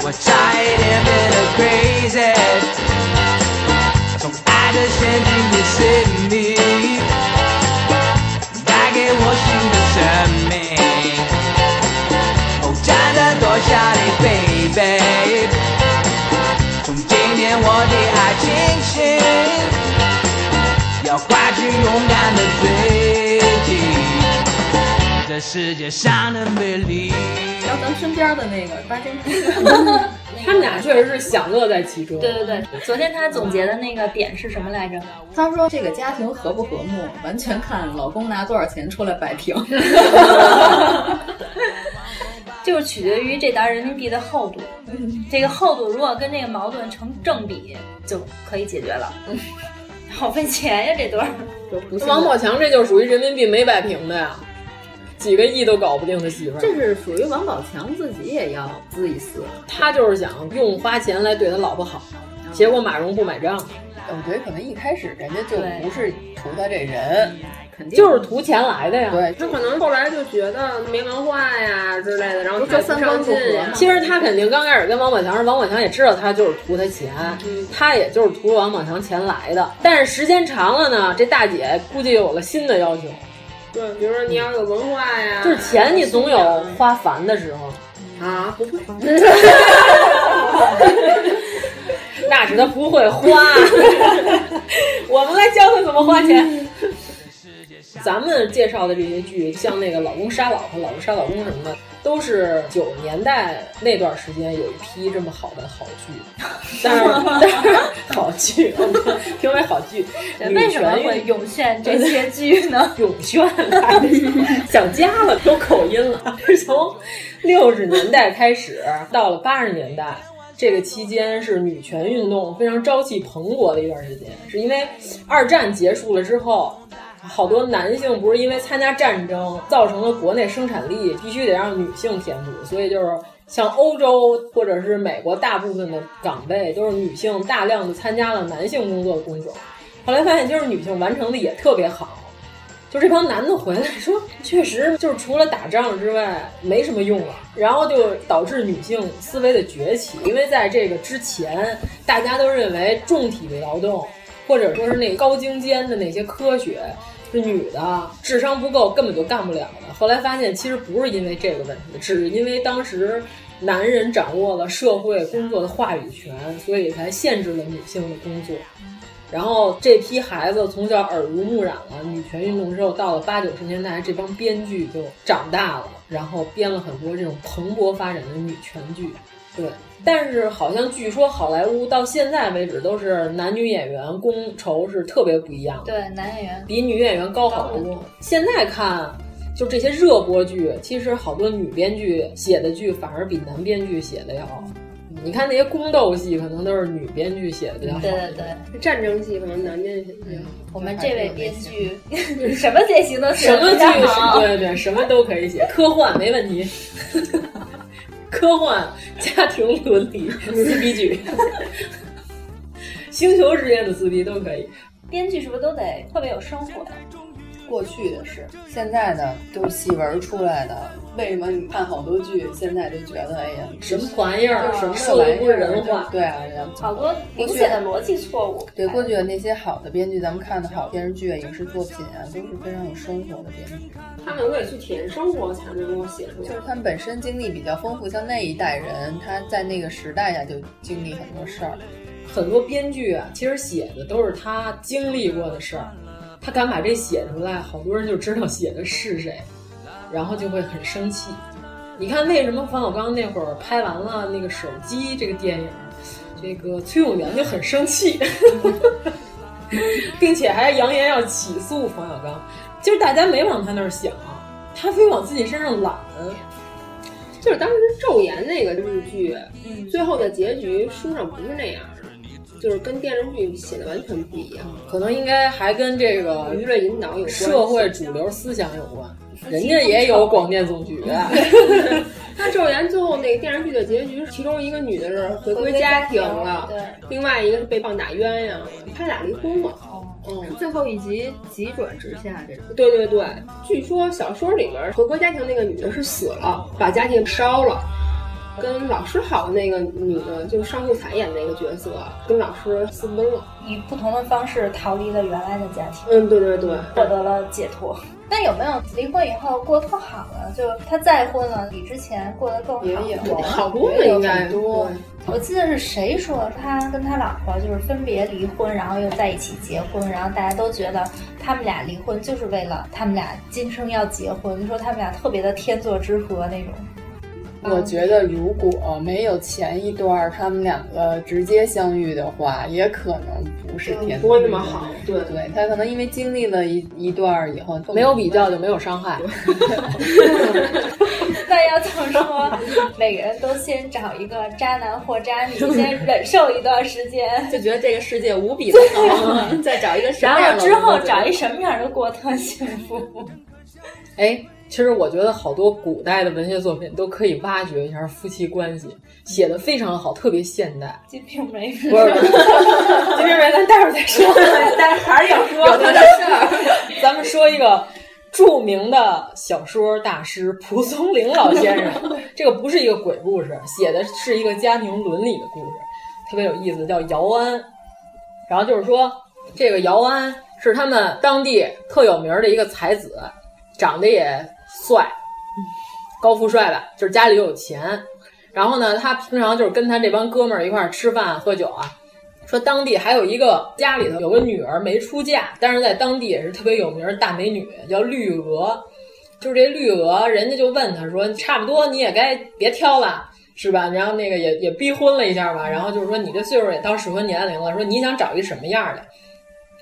我差一点变得 crazy，从爱的陷阱里心里，带给我新的生命。哦，站得多下的 baby，从今天我的爱清醒，要挂起勇敢的嘴紧，这世界上的美丽。
然后咱们身边的那个八珍珠，
他们俩确实是享乐在其中。
对对对，昨天他总结的那个点是什么来着？
他说这个家庭和不和睦，完全看老公拿多少钱出来摆平。
就是取决于这沓人民币的厚度。
嗯
这个厚度如果跟这个矛盾成正比，就可以解决了。
嗯
好费钱呀，这 段儿。
王宝强这就属于人民币没摆平的呀，几个亿都搞不定的媳妇儿。
这是属于王宝强自己也要自己撕。
他就是想用花钱来对他老婆好，结果马蓉不买账，
我觉得可能一开始人家就不是图他这人，
肯定就是图钱来的呀。
对，
他可能后来就觉得没文化呀之类的，然后
不是说
三观不呀。
其实他肯定刚开始跟王宝强，王宝强也知道他就是图他钱，他也就是图王宝强钱来的。但是时间长了呢，这大姐估计有了新的要求，
嗯对，比如说你要有文化呀，
就是钱你总有花烦的时候。啊，不会。 那是他不会花， 我们来教他怎么花钱。咱们介绍的这些剧，像那个《老公杀老婆》《老婆杀老公》什么的，都是九十年代那段时间有一批这么好的好剧，但是 但是好剧，评为好剧，
为什么会涌现这些剧 呢？
涌现来的，想家了，有口音了。是从六十年代开始，到了八十年代。这个期间是女权运动非常朝气蓬勃的一段时间，是因为二战结束了之后，好多男性不是因为参加战争造成了国内生产力必须得让女性填补，所以就是像欧洲或者是美国大部分的岗位都是女性大量的参加了男性工作的工种，后来发现就是女性完成的也特别好。就这帮男的回来说，确实就是除了打仗之外没什么用了，然后就导致女性思维的崛起。因为在这个之前，大家都认为重体力劳动，或者说是那个高精尖的那些科学，是女的智商不够，根本就干不了的。后来发现其实不是因为这个问题，只是因为当时男人掌握了社会工作的话语权，所以才限制了女性的工作。然后这批孩子从小耳濡目染了女权运动之后，到了八九十年代，这帮编剧就长大了，然后编了很多这种蓬勃发展的女权剧。对，但是好像据说好莱坞到现在为止都是男女演员工酬是特别不一样的，
对，男演员
比女演员高好多。现在看，就这些热播剧，其实好多女编剧写的剧反而比男编剧写的要好。你看那些宫斗戏，可能都是女编剧写的比较好。
嗯对对对，
战争戏可能男编剧写
嗯
的比较好。
我们这位编剧 什么类型都
什么剧，
好。
对对，什么都可以写，科幻没问题， 科幻、家庭伦 理、撕逼剧、 星球之间的撕逼都可以。
编剧是不是都得特别有生活呀？
过去的事，现在呢都是戏文出来的。为什么你看好多剧，现在就觉得哎呀，
什么玩意儿，啊什么
什么玩
不
意儿，
人话？
对啊，
好多明显的逻辑错误。
对过去的那些好的编剧，咱们看的好电视剧啊、影视作品啊，都是非常有生活的编剧。
他们为了去体验生活才能够写出来。
就是他们本身经历比较丰富，像那一代人，他在那个时代下就经历很多事儿。
很多编剧啊，其实写的都是他经历过的事儿，他敢把这写出来，好多人就知道写的是谁，然后就会很生气。你看，为什么冯小刚那会儿拍完了那个手机这个电影，这个崔永元就很生气， 并且还扬言要起诉冯小刚，就是大家没往他那儿想，他非往自己身上揽。
就是当时《昼颜》那个日剧，最后的结局书上不是那样的，就是跟电视剧写的完全不一样。
可能应该还跟这个
舆论引导有关系
社会主流思想有关。人家也有广电总局、啊，
那《昼颜》最后那个电视剧的结局，其中一个女的是回归家庭了，
对
另外一个是被棒打鸳鸯了，他俩离婚了。嗯，
哦最后一集急转直下，这种
对对对，据说小说里边回归家庭那个女的是死了，把家庭烧了。跟老师好的那个女的，就是尚秀才演那个角色，跟老师私奔了。
以不同的方式逃离了原来的家庭，
嗯，对对对，
获得了解脱。
嗯
但有没有离婚以后过得更好呢？就是他再婚了，比之前过得更好。
也有
好多了应该
也有很多
对
我记得是谁说他跟他老婆就是分别离婚，然后又在一起结婚，然后大家都觉得他们俩离婚就是为了他们俩今生要结婚，说他们俩特别的天作之合那种。
我觉得如果没有前一段儿他们两个直接相遇的话，也可能不是
嗯
天
不会那么好。对
对他可能因为经历了一一段儿以后，
没有比较就没有伤害。
那要这么说，每个人都先找一个渣男或渣女，先忍受一段时间，
就觉得这个世界无比的好，嗯再找一个什么
然
样
后
的
之后
工作
找一什么样都过得特幸福。
哎，其实我觉得好多古代的文学作品都可以挖掘一下夫妻关系，写的非常好，特别现代。
金瓶梅
不是，不是金瓶梅咱待会儿再说，
但是还是要说
有他的事儿。咱们说一个著名的小说大师蒲松龄老先 生，这个不是一个鬼故事，写的是一个家庭伦理的故事，特别有意思，叫《姚安》。然后就是说，这个姚安是他们当地特有名儿的一个才子，长得也帅，高富帅吧，就是家里又有钱。然后呢，他平常就是跟他这帮哥们儿一块儿吃饭喝酒啊。说当地还有一个家里头有个女儿没出嫁，但是在当地也是特别有名儿大美女，叫绿娥。就是这绿娥，人家就问他说：“差不多你也该别挑了，是吧？”然后那个也也逼婚了一下吧，然后就是说你这岁数也到适婚年龄了，说你想找一什么样的？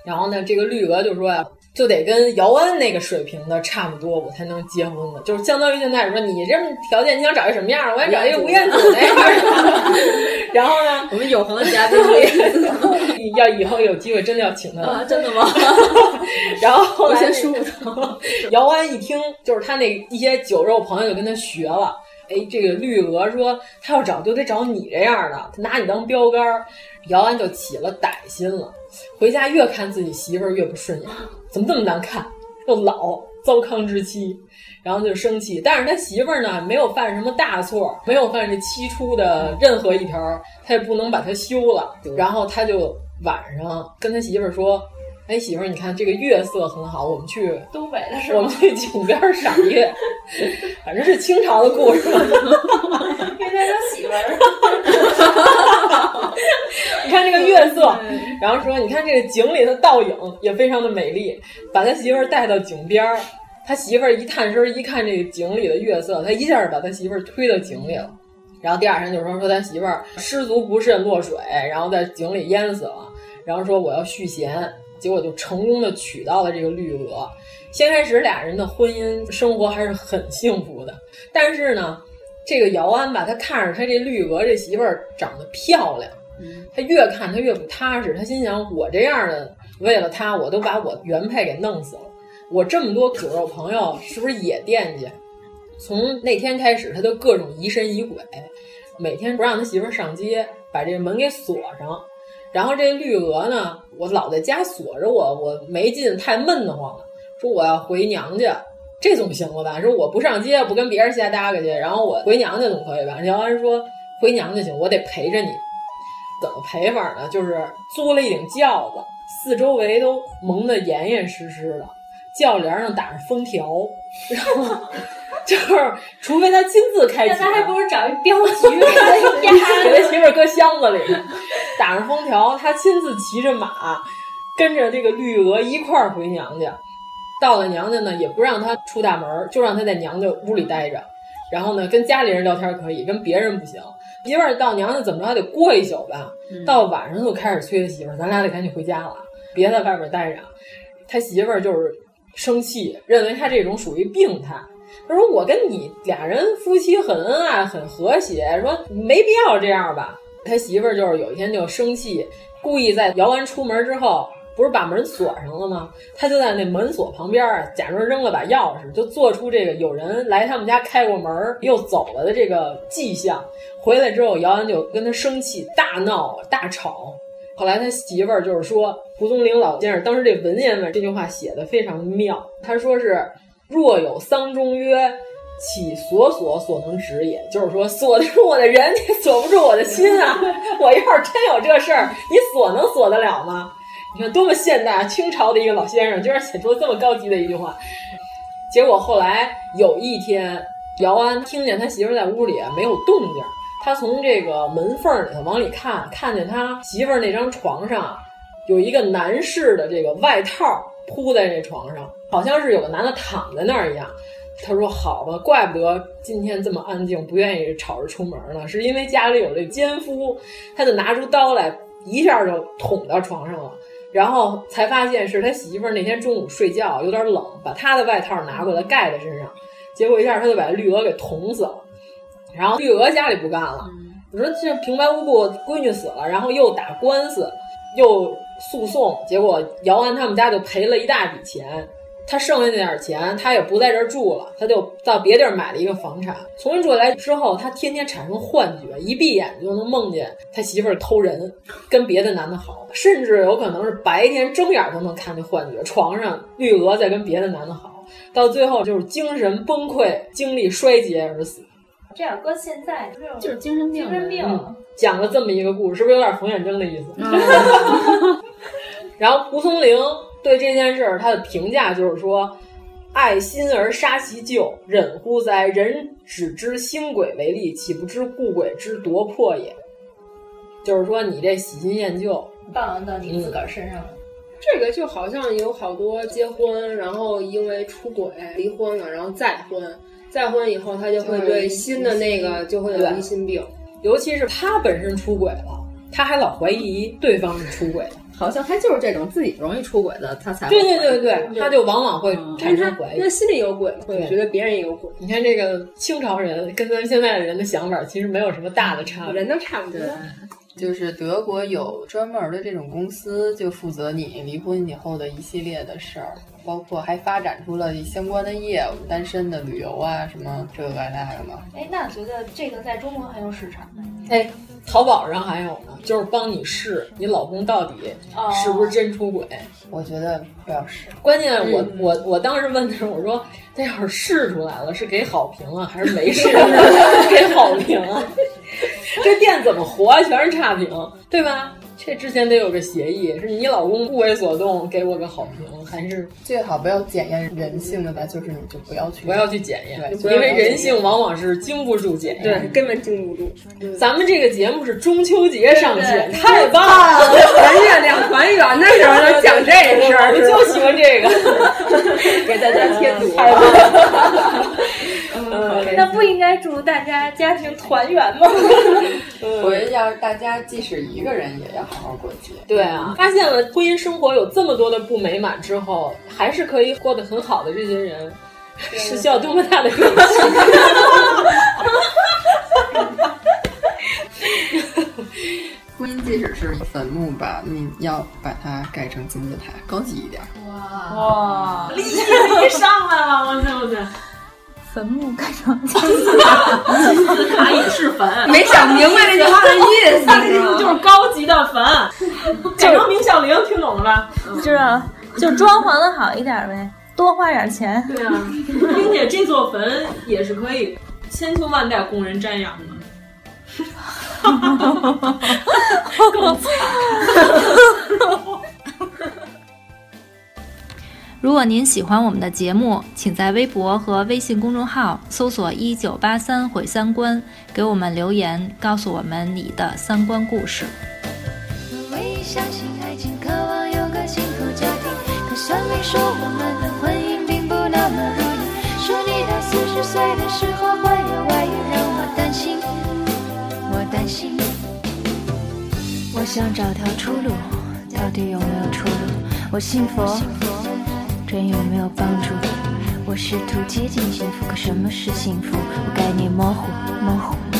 然后呢，这个绿娥就说呀，就得跟姚恩那个水平的差不多，我才能结婚的。就是相当于现在说，你这条件，你想找一什么样的？我想找一个吴彦祖那样的。 然后呢，
我们永恒的嘉宾吴彦
祖， 要以后有机会真的要请他、
啊。真的 吗？
然后后
我
来
先舒服。
姚安一听，就是他那一些酒肉朋友就跟他学了。哎，这个绿娥说他要找就得找你这样的，拿你当标杆儿。姚安就起了歹心了，回家越看自己媳妇儿越不顺眼，怎么这么难看，又老，糟糠之妻，然后就生气。但是他媳妇儿呢，没有犯什么大错，没有犯这七出的任何一条，他也不能把他休了。然后他就晚上跟他媳妇儿说。哎，媳妇儿，你看这个月色很好，我们去
东北的是
我
吗
们？去井边儿赏月， 反正是清朝的故事。
因为他有媳妇儿。
你看这个月色，然后说你看这个井里的倒影也非常的美丽，把他媳妇儿带到井边儿，他媳妇儿一探身一看这个井里的月色，他一下把他媳妇儿推到井里了。然后第二天就说说他媳妇儿失足不慎落水，然后在井里淹死了，然后说我要续弦，结果就成功的娶到了这个绿娥。先开始俩人的婚姻生活还是很幸福的，但是呢，这个姚安吧，他看着他这绿娥这媳妇儿长得漂亮，他越看他越不踏实，他心想：我这样的为了他，我都把我原配给弄死了，我这么多酒肉朋友是不是也惦记？从那天开始，他就各种疑神疑鬼，每天不让他媳妇儿上街，把这门给锁上。然后这绿娥呢，我老在家锁着我，我没劲，太闷得慌了。说我要回娘家，这总行了吧？说我不上街，不跟别人瞎搭个去，然后我回娘家总可以吧？姚安说回娘家行，我得陪着你。怎么赔法呢？就是租了一顶轿子，四周围都蒙得严严实实的，轿帘上打着封条，然后 就是除非他亲自开启，啊
那他还不如找一镖局给他 压着
给他媳妇儿搁箱子里，打上封条，他亲自骑着马，跟着这个绿娥一块儿回娘家。到了娘家呢，也不让他出大门儿，就让他在娘家屋里待着。然后呢，跟家里人聊天可以，跟别人不行。媳妇儿到娘家怎么着还得过一宿吧，到晚上就开始催他媳妇儿，咱俩得赶紧回家了，别在外边待着啊。他媳妇儿就是生气，认为他这种属于病态。他说：“我跟你俩人夫妻很恩爱，很和谐，说没必要这样吧。”他媳妇儿就是有一天就生气，故意在姚安出门之后，不是把门锁上了吗？他就在那门锁旁边啊，假装扔了把钥匙，就做出这个有人来他们家开过门儿又走了的这个迹象。回来之后，姚安就跟他生气，大闹大吵。后来他媳妇儿就是说，蒲松龄老先生当时这文言文这句话写的非常妙，他说是“若有丧钟曰”。岂所所所能执也？就是说，锁得住我的人，你锁不住我的心啊！我要是真有这事儿，你锁能锁得了吗？你看多么现代，清朝的一个老先生，居然写出这么高级的一句话。结果后来有一天，姚安听见他媳妇儿在屋里啊没有动静儿，他从这个门缝儿里头往里看，看见他媳妇儿那张床上啊有一个男士的这个外套铺在这床上，好像是有个男的躺在那儿一样。他说：“好吧，怪不得今天这么安静，不愿意吵着出门呢，是因为家里有这奸夫。”他就拿出刀来，一下就捅到床上了，然后才发现是他媳妇儿那天中午睡觉有点冷，把他的外套拿过来盖在身上，结果一下他就把绿娥给捅死了。然后绿娥家里不干了，你说这平白无故闺女死了，然后又打官司，又诉讼，结果姚安他们家就赔了一大笔钱。他剩下那点钱，他也不在这儿住了，他就到别地儿买了一个房产。从这住下来之后，他天天产生幻觉，一闭眼就能梦见他媳妇儿偷人，跟别的男的好，甚至有可能是白天睁眼都能看见幻觉，床上绿娥在跟别的男的好，到最后就是精神崩溃、精力衰竭而死。
这要搁现在，就是
精神病，
精神病。
嗯，讲了这么一个故事，是不是有点冯远征的意思？
嗯
然后蒲松龄对这件事儿他的评价就是说，爱心而杀其咎，忍乎哉？人只知兴轨为利，岂不知故轨之夺魄也？就是说，你这喜新厌旧，
放到你自个儿身上了。
这个就好像有好多结婚，然后因为出轨离婚了，然后再婚，再婚以后他就会对新的那个就会有疑心病，
尤其是他本身出轨了，他还老怀疑对方是出轨的。
好像他就是这种自己容易出轨的，
嗯
他才
对对对对，他就往往会产生怀疑。
那心里有鬼，我
对
觉得别人也有鬼，
你看这个清朝人跟咱们现在的人的想法其实没有什么大的差别，
人都差不多。
就是德国有专门的这种公司，就负责你离婚以后的一系列的事儿，包括还发展出了相关的业务，单身的旅游啊，什么这个那个嘛。
哎，那觉得这个在中国很有市场。
哎，淘宝上还有呢，就是帮你试你老公到底是不是真出轨。
我觉得不要试，
关键我、
嗯
我我当时问的是，我说这要是试出来了，是给好评啊，还 是没试出来给好评啊？ 这店怎么活啊？全是差评，对吧？这之前得有个协议，是你老公不为所动给我个好评，还是
最好不要检验人性的吧，就是你就不要去，
不要去检验？
对，
因为人性往往是经不住检验。
对，根本经不住。
咱们这个节目是中秋节上线，
对
太棒了！
团月亮团圆的时候就讲这事儿
我们就喜欢这个，
给大 家贴
嗯
堵。
那不应该祝大家家庭团圆吗？
我觉得要是大家即使一个人也要好好过节。
对啊，发现了婚姻生活有这么多的不美满之后，还是可以过得很好的这些人，是需要多么大的勇
婚姻即使是坟墓吧，你要把它盖成金字塔，高级一点。
哇，力气一上来了，我天我天！
坟墓盖成金
字塔，金字塔也是坟。
没想明白这句话的意思
他的意思就是高级的坟，改成明孝陵，听懂了吧？
知道了，就装潢的好一点呗，多花点钱。
对啊，并且这座坟也是可以千秋万代供人瞻仰的。更惨。
如果您喜欢我们的节目，请在微博和微信公众号搜索“一九八三毁三观”，给我们留言，告诉我们你的三观故事。
我也相信爱情，渴望有个幸福家庭。可算命说我们的婚姻并不那么如意，说你到四十岁的时候会有外遇，让我担心，我担心。
我想找条出路，到底有没有出路？我信佛，真有没有帮助？我试图接近幸福，可什么是幸福？我概念模糊，模糊。